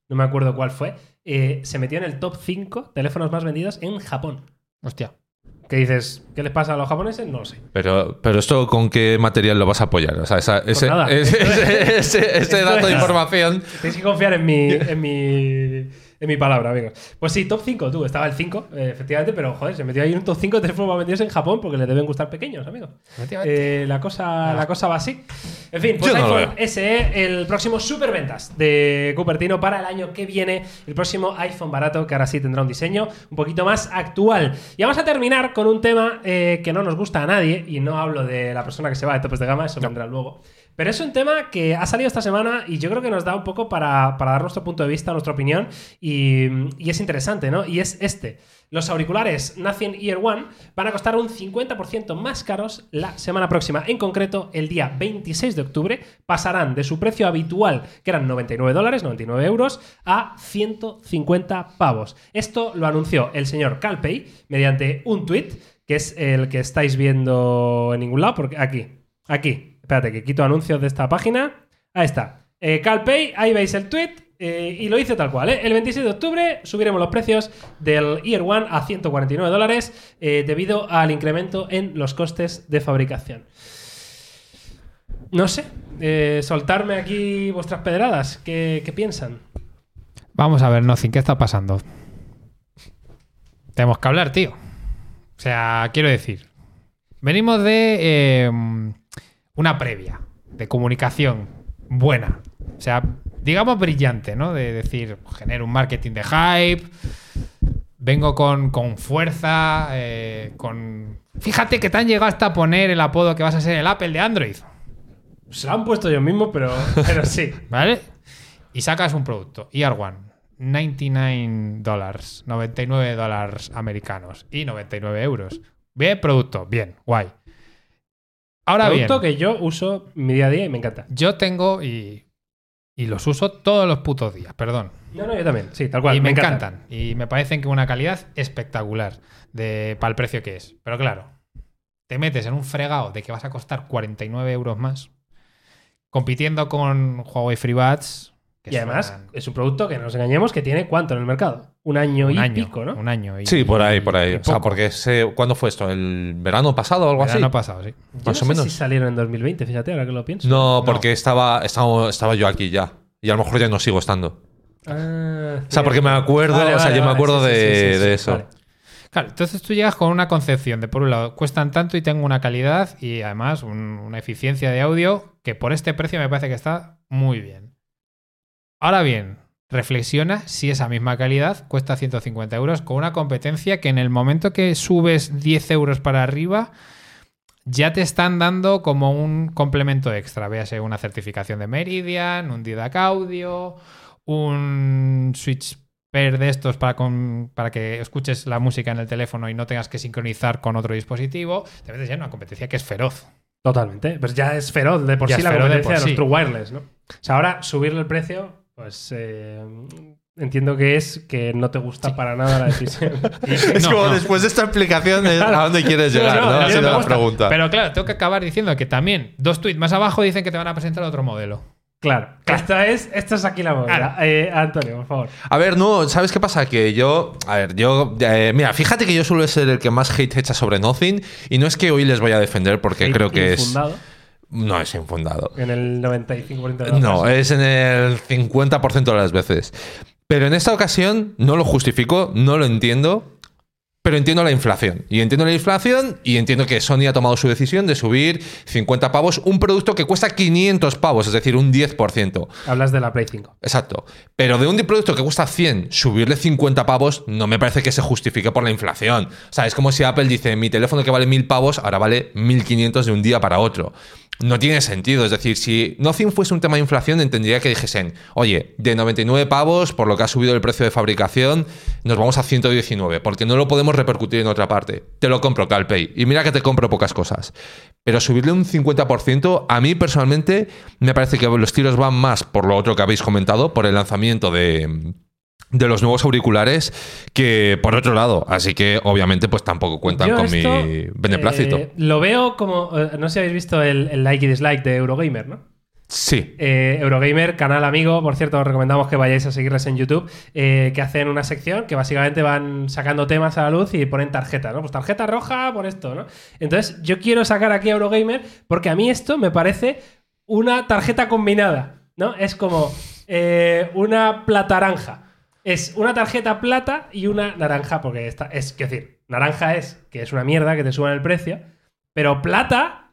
A: no me acuerdo cuál fue, eh, se metió en el top 5 teléfonos más vendidos en Japón.
C: Hostia.
A: ¿Qué dices? ¿Qué les pasa a los japoneses? No lo sé.
B: Pero, pero esto con qué material lo vas a apoyar. O sea, esa- ese,
A: nada. [laughs]
B: ese- ese- ese- ese
A: Esto
B: dato de
A: es-
B: información.
A: Tienes que confiar en mi, en mi, en mi palabra, amigos. Pues sí, top 5, tú. Estaba el 5, eh, efectivamente, pero joder, se metió ahí un top 5 de teléfonos más vendidos en Japón porque les deben gustar pequeños, amigos. Eh, la, cosa, la cosa va así. En fin, pues
B: Yo no lo
A: iPhone SE, el próximo superventas de Cupertino para el año que viene. El próximo iPhone barato, que ahora sí tendrá un diseño un poquito más actual. Y vamos a terminar con un tema eh, que no nos gusta a nadie. Y no hablo de la persona que se va de topes de gama, eso vendrá luego. Pero es un tema que ha salido esta semana y yo creo que nos da un poco para, para dar nuestro punto de vista, nuestra opinión. Y, y es interesante, ¿no? Y es este. Los auriculares Nothing Ear One van a costar un 50% más caros la semana próxima. En concreto, el día 26 de octubre pasarán de su precio habitual, que eran 99 dólares, 99 euros, a 150 pavos. Esto lo anunció el señor Calpey mediante un tuit, que es el que estáis viendo en ningún lado, porque aquí, aquí, espérate, que quito anuncios de esta página. Ahí está. Eh, CalPay, ahí veis el tweet. eh, y lo hice tal cual, ¿eh? El 26 de octubre subiremos los precios del Ear One a 149 dólares eh, debido al incremento en los costes de fabricación. No sé, eh, soltarme aquí vuestras pedradas. ¿Qué, qué piensan?
C: Vamos a ver, Nothing, ¿qué está pasando? Tenemos que hablar, tío. O sea, quiero decir, venimos de eh, una previa de comunicación buena. O sea, digamos brillante, ¿no? De decir, genero un marketing de hype, vengo con, con fuerza, eh, con... Fíjate que te han llegado hasta poner el apodo que vas a ser el Apple de Android.
A: Se lo han puesto yo mismo, pero, [laughs] pero sí.
C: ¿Vale? Y sacas un producto, ER One, 99 dólares, 99 dólares americanos y 99 euros. Bien, producto, bien, guay. [laughs] Ahora
A: Producto
C: bien,
A: que yo uso en mi día a día y me encanta.
C: yo tengo y, y los uso todos los putos días, perdón.
A: No, no, yo también. Sí, tal cual.
C: y me,
A: encantan.
C: encantan. Y me parecen que una calidad espectacular de, para el precio que es. Pero claro, te metes en un fregado de que vas a costar 49 euros más compitiendo con Huawei FreeBuds. que
A: Y además,
C: suenan-
A: es un producto que no nos engañemos que tiene cuánto en el mercado. Un año
C: un
A: y
C: año,
A: pico, ¿no?
C: Un año y,
B: Sí, por ahí, por ahí.
C: y
B: O sea,
C: poco.
B: porque ese- ¿cuándo fue esto? ¿El verano pasado o algo
C: Verano
B: así?
C: pasado, sí.
A: Yo
B: Más
A: no
B: o
A: sé
B: menos.
A: si salieron en 2020, fíjate, ahora que lo pienso.
B: No,
C: No.
B: porque Estaba, estaba, estaba yo aquí ya. Y a lo mejor ya no sigo estando.
A: Ah,
B: O sea, porque me acuerdo,
A: Vale,
B: o sea,
A: vale,
B: yo me
A: vale,
B: acuerdo
A: sí, sí, sí,
B: de,
A: sí, sí,
B: de eso.
A: vale.
C: Claro, entonces tú llegas con una concepción de, por un lado, cuestan tanto y tengo una calidad y además un- una eficiencia de audio que por este precio me parece que está muy bien. Ahora bien, reflexiona si esa misma calidad cuesta 150 euros con una competencia que en el momento que subes 10 euros para arriba ya te están dando como un complemento extra. Véase una certificación de Meridian, un Didac Audio, un Switch Pair de estos para, con- para que escuches la música en el teléfono y no tengas que sincronizar con otro dispositivo. Te metes ya en una competencia que es feroz.
A: Totalmente. Pues ya es feroz de por
C: Ya
A: sí
C: es
A: la
C: feroz de
A: competencia de,
C: por
A: los
C: sí.
A: True Wireless, ¿no? O sea, ahora subirle el precio, pues eh, entiendo que es que no te gusta para nada la
B: [laughs]
A: decisión.
B: Es
C: No,
B: como
C: no.
B: después de esta [laughs] explicación, es ¿a dónde quieres llegar?
A: No,
B: ¿no?
A: no,
B: Ha
A: yo
B: sido
A: me
B: la
A: gusta,
B: pregunta.
C: Pero claro, tengo que acabar diciendo que también dos tweets más abajo dicen que te van a presentar otro modelo.
A: claro. Esta es, esta es aquí la movida. Eh, Antonio, por favor.
B: A ver, no, ¿sabes qué pasa? Que yo, a ver, yo, eh, mira, fíjate que yo suelo ser el que más hate echa sobre Nothing y no es que hoy les voy a defender porque
A: Hate
B: creo que es...
A: infundado
B: No es infundado.
A: En el 95% de las
B: No, eh.
A: veces.
B: es en el 50% de las veces. Pero en esta ocasión no lo justifico, no lo entiendo, pero entiendo la inflación. Y entiendo la inflación y entiendo que Sony ha tomado su decisión de subir 50 pavos un producto que cuesta 500 pavos, es decir, un 10%.
A: Hablas de la Play 5.
B: Exacto. Pero de un producto que cuesta 100, subirle 50 pavos no me parece que se justifique por la inflación. O sea, es como si Apple dice, mi teléfono que vale 1000 pavos ahora vale 1500 de un día para otro. No tiene sentido. Es decir, si Nothing fuese un tema de inflación, entendería que dijesen, oye, de 99 pavos, por lo que ha subido el precio de fabricación, nos vamos a 119, porque no lo podemos repercutir en otra parte. Te lo compro, CalPay. Y mira que te compro pocas cosas. Pero subirle un 50%, a mí personalmente me parece que los tiros van más por lo otro que habéis comentado, por el lanzamiento de, de los nuevos auriculares, que por otro lado. Así que obviamente pues tampoco cuentan
A: Yo
B: con
A: esto,
B: mi beneplácito.
A: eh, lo veo como. eh, no sé si habéis visto el, el like y dislike de Eurogamer, ¿no?
B: sí.
A: Eh, Eurogamer, canal amigo, por cierto, os recomendamos que vayáis a seguirles en YouTube, eh, que hacen una sección que básicamente van sacando temas a la luz y ponen tarjeta, ¿no? Pues tarjeta roja por esto, ¿no? Entonces, yo quiero sacar aquí a Eurogamer porque a mí esto me parece una tarjeta combinada, ¿no? Es como eh, una plataranja. Es una tarjeta plata y una naranja, porque esta es, quiero decir, naranja es que es una mierda que te suban el precio, pero plata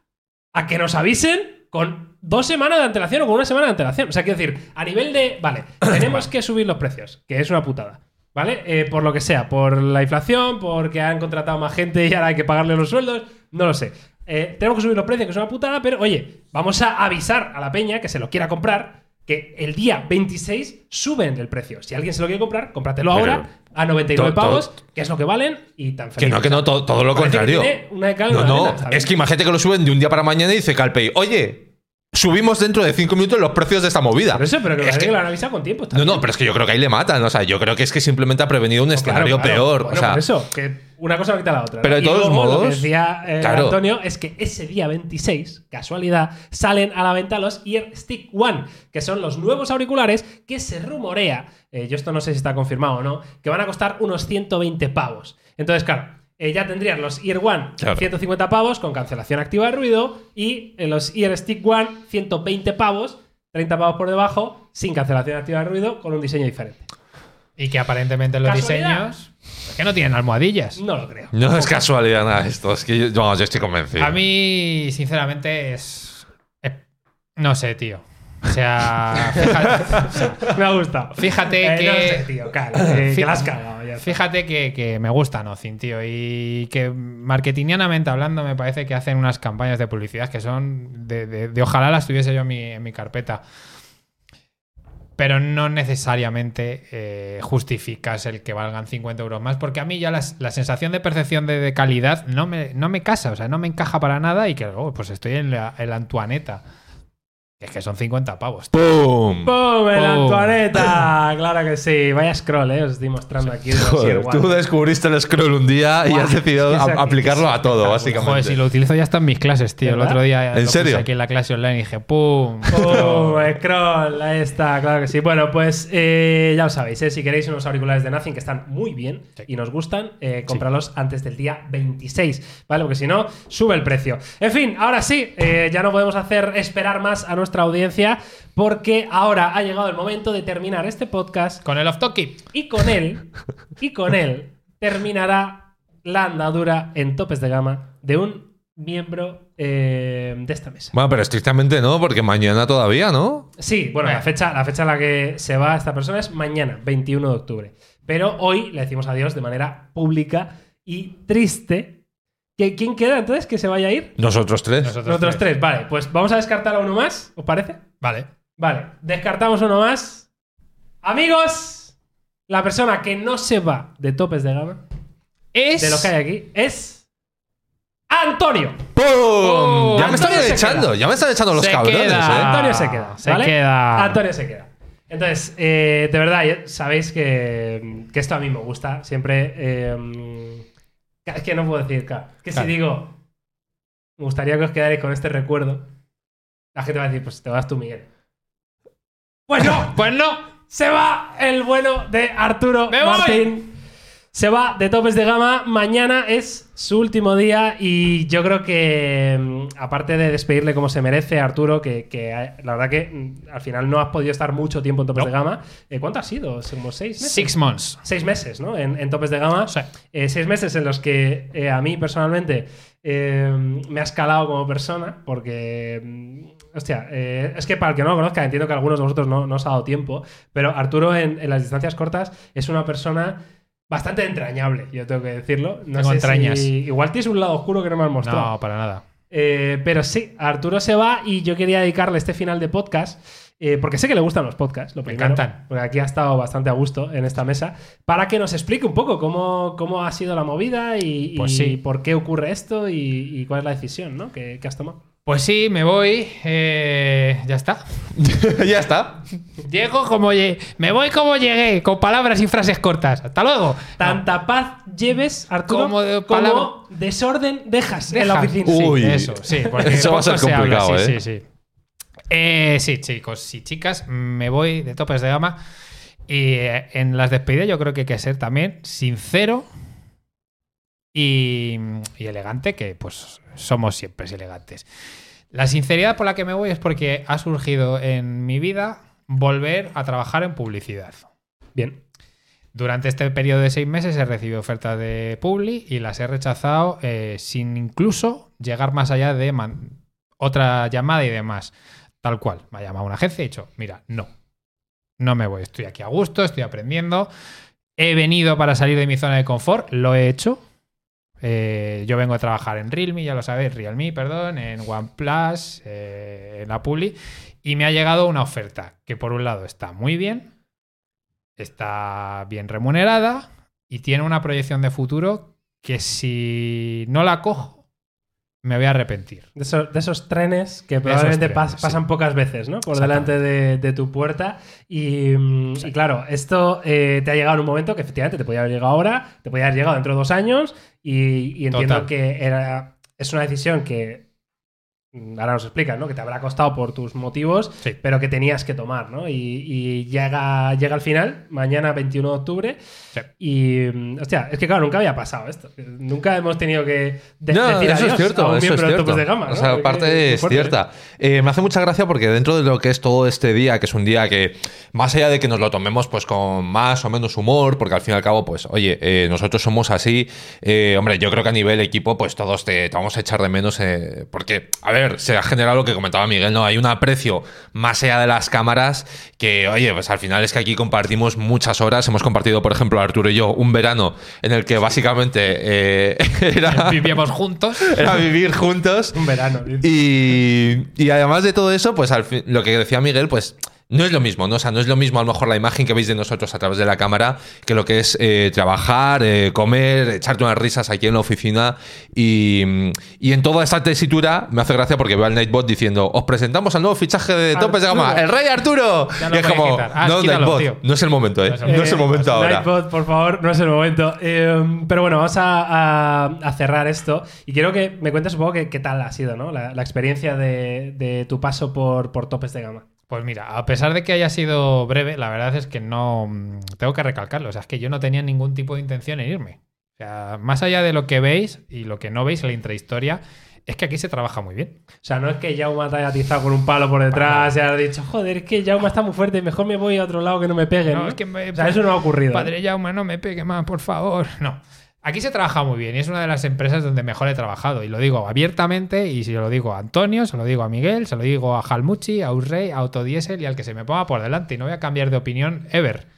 A: a que nos avisen con dos semanas de antelación o con una semana de antelación. O sea, quiero decir, a nivel de,
B: [coughs]
A: vale, tenemos que subir los precios, que es una putada. ¿Vale? Eh, por lo que sea, por la inflación, porque han contratado más gente y ahora hay que pagarle los sueldos, no lo sé. Eh, tenemos que subir los precios, que es una putada, pero oye, vamos a avisar a la peña que se lo quiera comprar, que el día 26 suben el precio. Si alguien se lo quiere comprar, cómpratelo
B: Pero-
A: ahora a 99
B: to- to-
A: pavos, que es lo que valen, y tan
B: Que
A: feliz.
B: no, que no, to- todo, lo
A: Parece que
B: contrario.
A: tiene una de cada
B: no,
A: una
B: no,
A: arena, ¿sabes?
B: es que imagínate que lo suben de un día para mañana y dice CalPay, oye, subimos dentro de 5 minutos los precios de esta movida.
A: Por eso, pero que, me
B: Es
A: parece
B: que-
A: que lo han avisado con tiempo. está
B: no,
A: bien.
B: no, pero es que yo creo que ahí le matan. O sea, yo creo que es que simplemente ha prevenido un
A: Claro,
B: escenario
A: claro.
B: peor.
A: Bueno,
B: o sea,
A: por eso, que una cosa quita la otra. ¿no?
B: Pero de
A: Y
B: todos
A: luego, Lo que
B: modos,
A: decía eh,
B: claro.
A: Antonio es que ese día 26, casualidad, salen a la venta los Ear Stick One, que son los nuevos auriculares que se rumorea, eh, yo esto no sé si está confirmado o no, que van a costar unos 120 pavos. Entonces, claro. eh, ya tendrían los Ear One
B: Claro.
A: 150 pavos con cancelación activa de ruido y eh, los Ear Stick One 120 pavos, 30 pavos por debajo, sin cancelación activa de ruido, con un diseño diferente.
C: Y que aparentemente los
A: ¿Casualidad?
C: diseños es que no tienen almohadillas.
A: No lo creo.
B: No es casualidad nada esto, es que yo, no, yo estoy convencido.
C: A mí, sinceramente, es. es- No sé, tío. O sea, [laughs] fíjate,
A: Me ha gustado.
C: Fíjate
A: Eh,
C: que-
A: No sé, tío, cala, eh, que
C: Fí-
A: la has cagado ya.
C: fíjate que, que me gusta Nozin, tío. Y que marketingianamente hablando, me parece que hacen unas campañas de publicidad que son de, de- de ojalá las tuviese yo en mi, en mi carpeta. Pero no necesariamente eh, justificas el que valgan 50 euros más, porque a mí ya las- la sensación de percepción de, de calidad no me, no me casa, o sea, no me encaja para nada y que luego pues estoy en la, en la Antuaneta. Es que son 50 pavos. tío.
B: ¡Pum!
A: ¡Pum! ¡El
C: ¡Pum!
A: Antoaneta! Claro que sí. Vaya scroll, ¿eh? Os estoy mostrando aquí. de los
B: Joder,
A: Year
B: tú
A: One.
B: descubriste el scroll un día y
A: Guau,
B: has decidido
A: es que es aquí.
B: a- aplicarlo a todo, básicamente.
C: Joder, si lo utilizo ya está en mis clases, tío. El
A: ¿Verdad?
C: otro día
B: ¿En
C: lo puse
B: serio?
C: aquí en la clase online y
A: [laughs]
C: dije, ¡pum!
A: ¡Pum! Scroll, ahí está, claro que sí. Bueno, pues eh, ya lo sabéis, ¿eh? si queréis unos auriculares de Nothing que están muy bien
C: Sí.
A: y nos gustan, eh, cómpralos antes del día 26, ¿vale? Porque si no, sube el precio. En fin, ahora sí, eh, ya no podemos hacer esperar más a nuestra audiencia porque ahora ha llegado el momento de terminar este podcast
C: Con el off toki
A: Y con él, y con él, terminará la andadura en topes de gama de un miembro eh, de esta mesa.
B: Bueno, pero estrictamente no, porque mañana todavía, ¿no?
A: Sí, bueno, la
C: Bueno.
A: fecha, la fecha en la que se va esta persona es mañana, 21 de octubre. Pero hoy le decimos adiós de manera pública y triste. ¿Qui- ¿Quién queda entonces que se vaya a ir?
B: Nosotros tres.
C: Nosotros
A: Nosotros tres. Vale, pues vamos a descartar a uno más, ¿os parece?
C: Vale.
A: Vale, descartamos uno más. Amigos, la persona que no se va de topes de gama,
C: Es.
A: de lo que hay aquí, es Antonio.
B: ¡Pum!
C: ¡Oh!
B: ya me están
A: Antonio se
B: echando,
A: queda.
B: ya me están echando los
C: Se
B: cabrones,
C: queda.
B: ¿eh?
A: Antonio se queda.
C: se
A: ¿vale?
C: queda.
A: Antonio se queda. Entonces, eh, de verdad, ya sabéis que, que esto a mí me gusta. Siempre. eh, es que no puedo decir, claro. Que
C: Claro.
A: si digo. Me gustaría que os quedarais con este recuerdo. La gente va a decir, pues te vas tú, Miguel. Pues no,
C: Pues no.
A: se va el bueno de Arturo
C: ¡Me voy!
A: Martín. Se va de topes de gama. Mañana es su último día y yo creo que, mm, aparte de despedirle como se merece, Arturo, que, que, eh, la verdad que mm, al final no has podido estar mucho tiempo en topes de gama. Eh, ¿Cuánto ha sido? ¿Como seis meses?
C: Six months.
A: seis meses, ¿no? En, en topes de gama.
C: Sí.
A: Eh, seis meses en los que eh, a mí personalmente eh, me ha escalado como persona, porque. mm, Hostia, eh, es que para el que no lo conozca, entiendo que a algunos de vosotros no, no os ha dado tiempo, pero Arturo en, en las distancias cortas es una persona bastante entrañable, yo tengo que decirlo. No
C: Tengo
A: sé
C: entrañas.
A: si- igual tienes un lado oscuro que no me has mostrado.
C: No, para nada.
A: Eh, pero sí, Arturo se va y yo quería dedicarle este final de podcast, eh, porque sé que le gustan los podcasts, lo
C: Me
A: primero,
C: encantan.
A: Porque aquí ha estado bastante a gusto en esta mesa, para que nos explique un poco cómo, cómo ha sido la movida y,
C: Pues
A: y
C: sí.
A: por qué ocurre esto y, y cuál es la decisión ¿no? que, que has tomado.
C: Pues sí, me voy. eh, ya está.
B: ¿eh? [laughs] ya está.
C: Llego como lle- Me voy como llegué, con palabras y frases cortas. Hasta luego.
A: Tanta paz lleves, Arturo,
C: Ah. Como de-
A: como
C: palabra-
A: desorden dejas, en la oficina.
B: Uh, Uy.
C: Sí, eso, sí, porque
B: Eso va a ser
C: poco se habla,
B: complicado,
C: sí,
B: ¿eh?
C: Sí, sí. Eh, sí, chicos y chicas, me voy de topes de gama. Y eh, en las despedidas yo creo que hay que ser también sincero y, y elegante, que pues somos siempre elegantes. La sinceridad por la que me voy es porque ha surgido en mi vida volver a trabajar en publicidad.
A: Bien.
C: Durante este periodo de seis meses he recibido ofertas de Publi y las he rechazado eh, sin incluso llegar más allá de man- otra llamada y demás. Tal cual. Me ha llamado una agencia y he dicho, mira, no. No me voy. Estoy aquí a gusto, estoy aprendiendo. He venido para salir de mi zona de confort. Lo he hecho. Eh, yo vengo a trabajar en Realme, ya lo sabéis, Realme, perdón, en OnePlus, eh, en la Publi. Y me ha llegado una oferta que por un lado está muy bien, está bien remunerada y tiene una proyección de futuro que si no la cojo, me voy
A: [laughs]
C: a arrepentir.
A: De, eso- de esos trenes que probablemente
C: trenes,
A: pas- pasan pocas veces, ¿no? Por
C: Exactamente.
A: delante de, de tu puerta. Y, mm, y claro, esto eh, te ha llegado en un momento que efectivamente te podía haber llegado ahora, te podía haber llegado dentro de dos años. Y, y entiendo
C: Total.
A: que era, es una decisión que mm, ahora nos explicas, ¿no? Que te habrá costado por tus motivos,
C: Sí.
A: pero que tenías que tomar, ¿no? Y, y llega, llega al final, mañana 21 de octubre.
C: Sí.
A: Y, mm, hostia, es que claro, nunca había pasado esto. Nunca hemos tenido que de-
B: No,
A: decir
B: eso
A: adiós
B: es cierto,
A: a un
B: eso es
A: miembro de
B: cierto.
A: topes de gama. ¿no?
B: O sea,
A: Porque
B: aparte es
A: fuerte, ¿eh?
B: cierta. Eh, me hace mucha gracia porque dentro de lo que es todo este día, que es un día que, más allá de que nos lo tomemos pues con más o menos humor, porque al fin y al cabo, pues, oye, eh, nosotros somos así. eh, hombre, yo creo que a nivel equipo, pues todos te, te vamos a echar de menos. eh, porque, a ver, se ha generado lo que comentaba Miguel, ¿no? Hay un aprecio más allá de las cámaras que, oye, pues al final es que aquí compartimos muchas horas. Hemos compartido, por ejemplo, Arturo y yo, un verano en el que básicamente eh, [laughs] era
C: Vivíamos juntos.
B: era vivir juntos.
A: Un verano.
B: Y, y además de todo eso, pues al fin- lo que decía Miguel, pues no es lo mismo, ¿no? O sea, no es lo mismo a lo mejor la imagen que veis de nosotros a través de la cámara que lo que es eh, trabajar, eh, comer, echarte unas risas aquí en la oficina. Y, y en toda esta tesitura me hace gracia porque veo al Nightbot diciendo: Os presentamos al nuevo fichaje de Topes de Gama,
A: Arturo.
B: el Rey Arturo.
C: Ya lo
B: Y es
C: voy a
B: como:
C: quitar. Ah,
B: No,
C: quítalo,
B: Nightbot,
C: tío.
B: no es el momento, ¿eh?
C: No es el
B: No es el momento ahora.
A: pues, Nightbot, por favor, no es el momento. Eh, pero bueno, vamos a, a- a cerrar esto. Y quiero que me cuentes un poco qué, qué tal ha sido, ¿no? La, la experiencia de, de tu paso por, por topes de gama.
C: Pues mira, a pesar de que haya sido breve, la verdad es que no mm, tengo que recalcarlo. O sea, es que yo no tenía ningún tipo de intención en irme. O sea, más allá de lo que veis y lo que no veis en la intrahistoria, es que aquí se trabaja muy bien.
A: O sea, no es que Jauma te haya atizado con un palo por detrás y haya dicho, joder, es que Jauma está muy fuerte, mejor me voy a otro lado que no me peguen.
C: No,
A: ¿no?
C: es que me-
A: O sea, eso no ha ocurrido. ¿eh?
C: Padre Jaume, no me pegue más, por favor. [laughs] No. Aquí se trabaja muy bien y es una de las empresas donde mejor he trabajado. Y lo digo abiertamente y si lo digo a Antonio, se lo digo a Miguel, se lo digo a Halmuchi, a Urrey, a Autodiesel y al que se me ponga por delante. Y no voy a cambiar de opinión ever.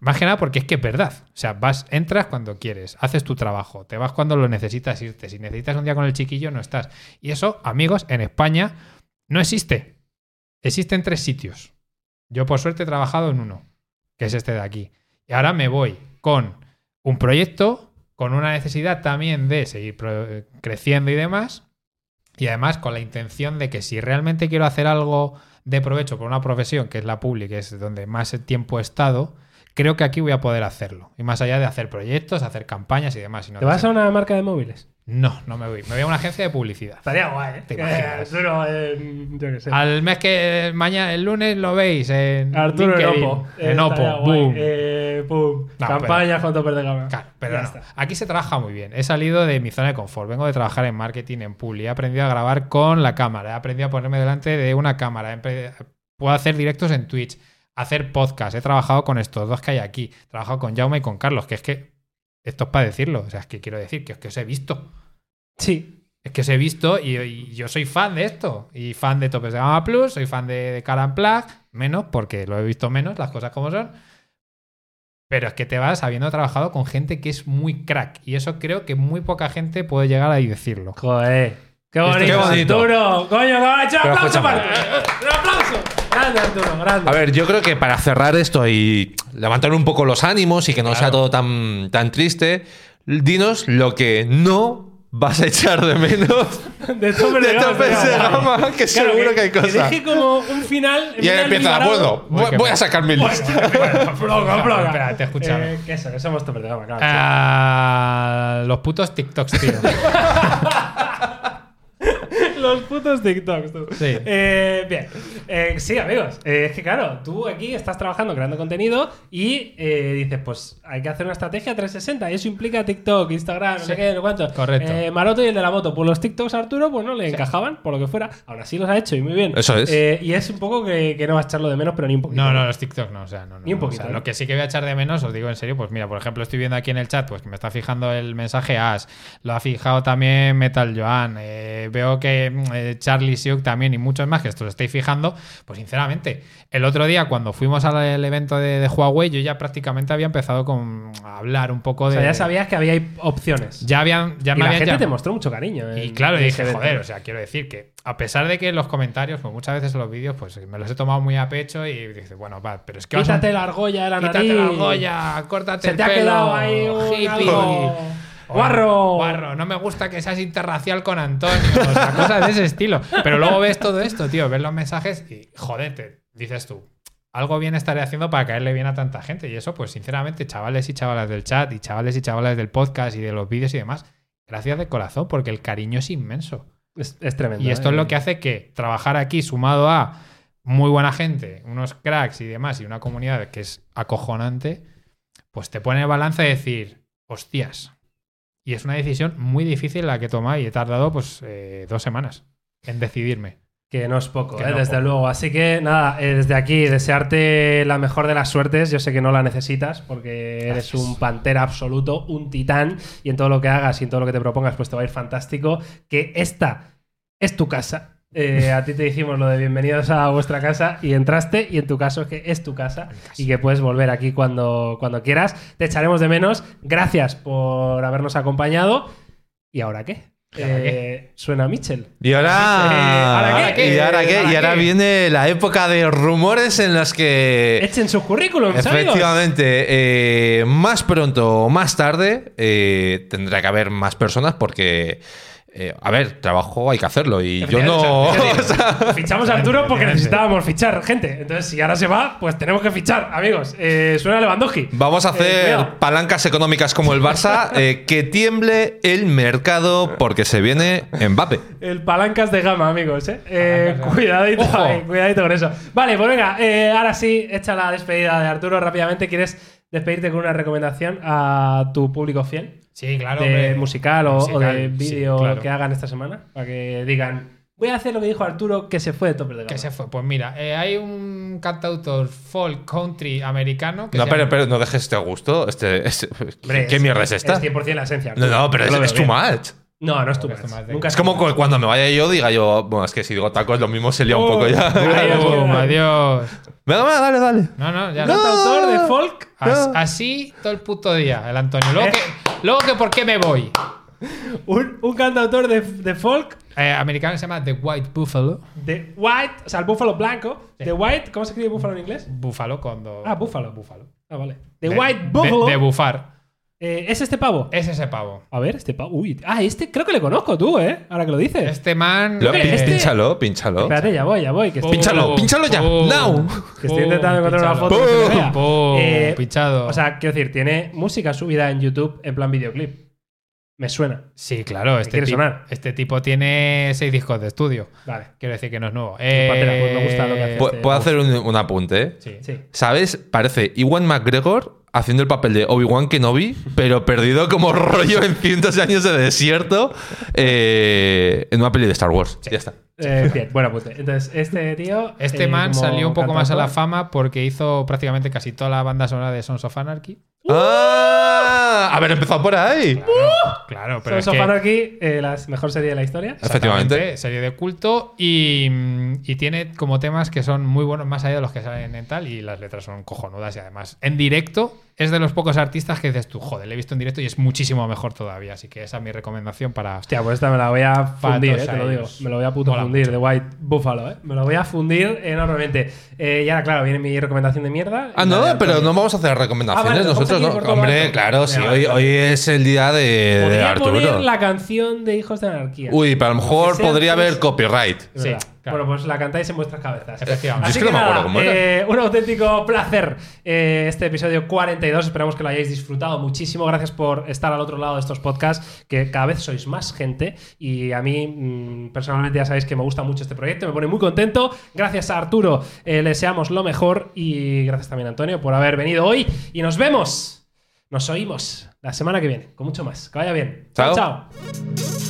C: Más que nada porque es que es verdad. O sea, vas, entras cuando quieres, haces tu trabajo, te vas cuando lo necesitas irte. Si necesitas un día con el chiquillo, no estás. Y eso, amigos, en España no existe. Existen tres sitios. Yo, por suerte, he trabajado en uno, que es este de aquí. Y ahora me voy con un proyecto, con una necesidad también de seguir pro- eh, creciendo y demás. Y además con la intención de que si realmente quiero hacer algo de provecho por una profesión, que es la pública, es donde más tiempo he estado, creo que aquí voy a poder hacerlo. Y más allá de hacer proyectos, hacer campañas y demás. sino
A: ¿Te
C: de
A: vas
C: ser-
A: a una marca de móviles?
C: No, no me voy. Me voy a una agencia de publicidad.
A: Estaría guay, ¿eh?
C: ¿Te imaginas?
A: Arturo, eh, yo qué sé.
C: Al mes que mañana, el lunes lo veis en
A: Arturo
C: LinkedIn,
A: en Oppo. Eh,
C: En
A: estaría
C: Oppo,
A: guay.
C: boom.
A: Eh, pum.
C: No,
A: Campañas con tope de gama.
C: Claro, pero
A: Ya
C: no.
A: está.
C: Aquí se trabaja muy bien. He salido de mi zona de confort. Vengo de trabajar en marketing, en publi. He aprendido a grabar con la cámara. He aprendido a ponerme delante de una cámara. he empe- Puedo hacer directos en Twitch, hacer podcast. He trabajado con estos dos que hay aquí. He trabajado con Jaume y con Carlos, que es que esto es para decirlo. O sea, es que quiero decir que es que os he visto.
A: Sí.
C: Es que os he visto y, y yo soy fan de esto. Y fan de Topes de Gama Plus, soy fan de, de Caran Plag, menos porque lo he visto menos, las cosas como son. Pero es que te vas habiendo trabajado con gente que es muy crack. Y eso creo que muy poca gente puede llegar ahí decirlo.
A: Joder. Qué
B: Esto
A: bonito,
B: es bonito.
A: Arturo. Coño, no, ha hecho un
B: Pero
A: aplauso para
B: escúchame.
A: Arturo. Un aplauso. Grande, Arturo, grande.
B: A ver, yo creo que para cerrar esto y levantar un poco los ánimos y que no sea todo tan, tan triste, dinos lo que no vas a echar de menos.
A: De tope
B: de
A: gama,
B: tope
A: tío.
B: de gama, que seguro que hay cosas.
A: deje como un final.
B: Y ahí empieza, bueno,
C: Uy,
B: voy,
C: qué
B: voy
C: mal.
B: a sacar mi
A: [laughs]
B: lista.
C: [laughs]
A: Floga, floga.
C: Espérate, escúchame.
A: Eh, que eso, que somos tope de gama, claro.
C: Ah, los putos TikToks, tío.
A: [laughs] Los putos TikToks, tú.
C: Sí.
A: Eh, bien. Eh, sí, amigos. Eh, es que claro, tú aquí estás trabajando creando contenido y eh, dices, pues hay que hacer una estrategia 360. Y eso implica TikTok, Instagram, no
C: Sí.
A: sé qué, no sé cuánto.
C: Correcto.
A: Eh, Maroto y el de la moto. Pues los TikToks a Arturo, pues no le encajaban, por lo que fuera. Ahora sí los ha hecho y muy bien.
B: Eso es.
A: Eh, y es un poco que, que no vas a echarlo de menos, pero ni un poquito.
C: No, no, los TikTok no, o sea, no, no,
A: Ni un
C: no, o
A: poquito,
C: sea,
A: ¿no?
C: Lo que sí que voy a echar de menos, os digo en serio, pues mira, por ejemplo, estoy viendo aquí en el chat, pues que me está fijando el mensaje Ash, lo ha fijado también Metal Joan, eh, veo que mm, eh, Charlie Siuk también y muchos más que esto lo estáis fijando, pues sinceramente, el otro día cuando fuimos al evento de, de Huawei, yo ya prácticamente había empezado con a hablar un poco
A: O
C: de...
A: sea, ya sabías que había opciones.
C: eh, Ya habían, ya
A: y
C: me
A: la
C: habían
A: gente
C: llam-
A: te eh, mostró mucho cariño.
C: y
A: en-
C: claro,
A: en
C: dije,
A: ese
C: joder,
A: evento.
C: o sea, quiero decir que a pesar de que los comentarios, pues muchas veces en los vídeos, pues me los he tomado muy a pecho y dices, bueno, va, pero es que vas a un-
A: Quítate la argolla de la nariz.
C: Quítate la argolla, córtate
A: Se
C: el
A: te ha
C: pelo,
A: quedado ahí un
C: hippie.
A: algo.
C: O,
A: Guarro.
C: Guarro, no me gusta que seas interracial con Antonio. O sea, cosas de ese estilo. Pero luego ves todo esto, tío, ves los mensajes y jodete, dices tú. Algo bien estaré haciendo para caerle bien a tanta gente. Y eso, pues sinceramente, chavales y chavalas del chat, y chavales y chavalas del podcast y de los vídeos y demás, gracias de corazón, porque el cariño es inmenso.
A: Es, es tremendo.
C: Y esto es
A: ¿eh?
C: lo que hace que trabajar aquí sumado a muy buena gente, unos cracks y demás, y una comunidad que es acojonante, pues te pone en balance de decir, hostias. Y es una decisión muy difícil la que toma y he tardado pues eh, dos semanas en decidirme.
A: Que no es poco,
C: Que
A: eh,
C: no
A: desde
C: poco.
A: luego. Así que nada, eh, desde aquí desearte la mejor de las suertes. Yo sé que no la necesitas porque eres
C: Gracias.
A: un pantera absoluto, un titán. Y en todo lo que hagas y en todo lo que te propongas, pues te va a ir fantástico. Que esta es tu casa. Eh, a ti te dijimos lo de bienvenidos a vuestra casa y entraste y en tu caso es que es tu casa y que puedes volver aquí cuando, cuando quieras. Te echaremos de menos. Gracias por habernos acompañado. ¿Y ahora qué?
C: ¿Y ahora
A: Eh, suena Mitchell.
B: Y ahora.
A: Eh, ¿ahora qué?
B: Y ahora qué?
A: ¿ahora
B: Y ahora
A: qué?
B: viene la época de rumores en las que.
A: Echen sus currículums, amigos.
B: Efectivamente, eh, más pronto o más tarde eh, tendrá que haber más personas porque, eh, a ver, trabajo hay que hacerlo y yo no... [laughs] o sea,
A: Fichamos a Arturo porque necesitábamos fichar gente. Entonces, si ahora se va, pues tenemos que fichar, amigos. Eh, suena Lewandowski.
B: vamos a
A: Eh,
B: hacer
A: cuidado.
B: palancas económicas como el Barça, eh, que tiemble el mercado porque se viene Mbappé.
A: el palancas de gama, amigos. ¿eh? Eh,
C: Palancas de
A: cuidadito,
C: Ojo.
A: eh, cuidadito con eso. Vale, pues venga, eh, ahora sí, echa la despedida de Arturo rápidamente. ¿Quieres despedirte con una recomendación a tu público fiel?
C: Sí, claro.
A: de musical o, o de
C: Musical, sí,
A: vídeo
C: claro.
A: que hagan esta semana. Para que digan, voy a hacer lo que dijo Arturo, que se fue de tope de gama.
C: Que se fue. Pues mira, eh, hay un cantautor folk country americano que
B: No,
C: se llama-
B: pero, pero no dejes este gusto. Este, este-
A: Hombre,
B: ¿Qué
A: es-
B: mierda es esta?
A: Es 100% la esencia.
B: No,
A: Arturo.
B: no, pero
A: Yo
B: es,
A: lo veo
B: es too
A: bien.
B: much.
A: No, no es tu
C: Porque esto
A: match.
C: más de-
A: Nunca
B: Es como cu- cuando me vaya yo diga yo, bueno, es que si digo tacos lo mismo se lía un
A: Oh. [laughs]
B: poco ya.
A: Ahí es.
C: Boom, adiós.
B: Venga, va, dale, dale.
C: No, no, ya
B: No.
A: Autor de folk.
C: As-
B: No.
C: así todo el puto día, el Antonio. Luego,
A: Ah. Eh.
C: que, luego que por qué me voy.
A: Un, un cantautor de, de folk
C: Eh, americano se llama The White Buffalo.
A: de White, o sea, el búfalo blanco.
C: Sí.
A: De White, ¿cómo se escribe búfalo en inglés?
C: Búfalo cuando.
A: Ah, búfalo, búfalo. Ah, vale. The
C: de-
A: White
C: de-
A: Buffalo.
C: De, bufar.
A: Eh, ¿Es este pavo?
C: Es ese pavo.
A: A ver, este pavo. Uy, ah, este creo que le conozco tú, ¿eh? Ahora que lo dices.
C: Este man.
B: Lo-
C: eh,
B: pin-
A: este-
B: Pínchalo, pínchalo.
A: Espérate, ya voy, ya voy. Que estoy,
B: Pincha- Pínchalo,
C: Pum,
B: pínchalo ya,
C: pum,
B: now.
A: que estoy
C: pum,
A: intentando encontrar una
C: pínchalo.
A: foto. que se me vea.
C: Pum,
A: Eh,
C: pinchado.
A: O sea, quiero decir, tiene música subida en YouTube en plan videoclip. Me suena.
C: sí, claro. Este,
A: quiere
C: tip-
A: sonar.
C: este tipo tiene seis discos de estudio.
A: Vale.
C: Quiero decir que no es nuevo.
A: Patera, pues me gusta lo que hace.
C: Eh,
B: Pu-
A: Este-
B: Puedo hacer un, un apunte, ¿eh?
C: sí.
A: Sí.
B: ¿Sabes? Parece Iwan McGregor haciendo el papel de Obi-Wan Kenobi, pero perdido como [laughs] rollo en cientos de años de desierto eh, en una peli de Star Wars. Ya está.
A: Eh, bien, bueno, pues entonces este tío.
C: Este
A: eh,
C: man
A: como
C: salió un poco más a la
A: cantautor-
C: fama porque hizo prácticamente casi toda la banda sonora de Sons of Anarchy.
B: ¡Ah! Haber empezado por ahí.
C: Claro, pero
A: Sons
C: es
A: of
C: que-
A: Anarchy, eh, la mejor serie de la historia.
B: Efectivamente.
C: Exactamente, Serie de culto y, mm, y tiene como temas que son muy buenos, más allá de los que salen en tal, y las letras son cojonudas. Y además, en directo es de los pocos artistas que dices tú, joder, le he visto en directo y es muchísimo mejor todavía. Así que esa es mi recomendación para.
A: Hostia, pues esta me la voy a fundir, eh,
C: todos
A: te lo digo.
C: ellos.
A: Me lo voy a puto
C: Mola
A: fundir de White Buffalo, eh. Me lo voy a fundir enormemente. Eh, y ahora, claro, viene mi recomendación de mierda.
B: Ah,
A: Y la de
B: no, pero
A: Antonio.
B: no vamos a hacer
A: Ah, vale,
B: recomendaciones
A: lo dejamos
B: nosotros,
A: aquí
B: ¿no?
A: por todo lo
B: Hombre,
A: alto.
B: claro, sí,
A: Venga,
B: hoy,
A: vale.
B: hoy es el día de, de
A: Podría poner
B: Arturo.
A: la canción de Hijos de Anarquía.
B: Uy, pero a lo mejor
A: sea
B: podría
A: antes-
B: haber copyright.
A: Es verdad.
C: Sí, claro.
A: Bueno, pues la cantáis en vuestras cabezas.
C: Efectivamente.
B: Yo es que no me acuerdo cómo era.
A: eh, un auténtico placer eh, este episodio 42. Esperamos que lo hayáis disfrutado muchísimo. Gracias por estar al otro lado de estos podcasts, que cada vez sois más gente. Y a mí, mm, personalmente, ya sabéis que me gusta mucho este proyecto, me pone muy contento. Gracias a Arturo, eh, le deseamos lo mejor. Y gracias también a Antonio por haber venido hoy. Y nos vemos, nos oímos la semana que viene, con mucho más. Que vaya bien.
B: Chao.
A: chao.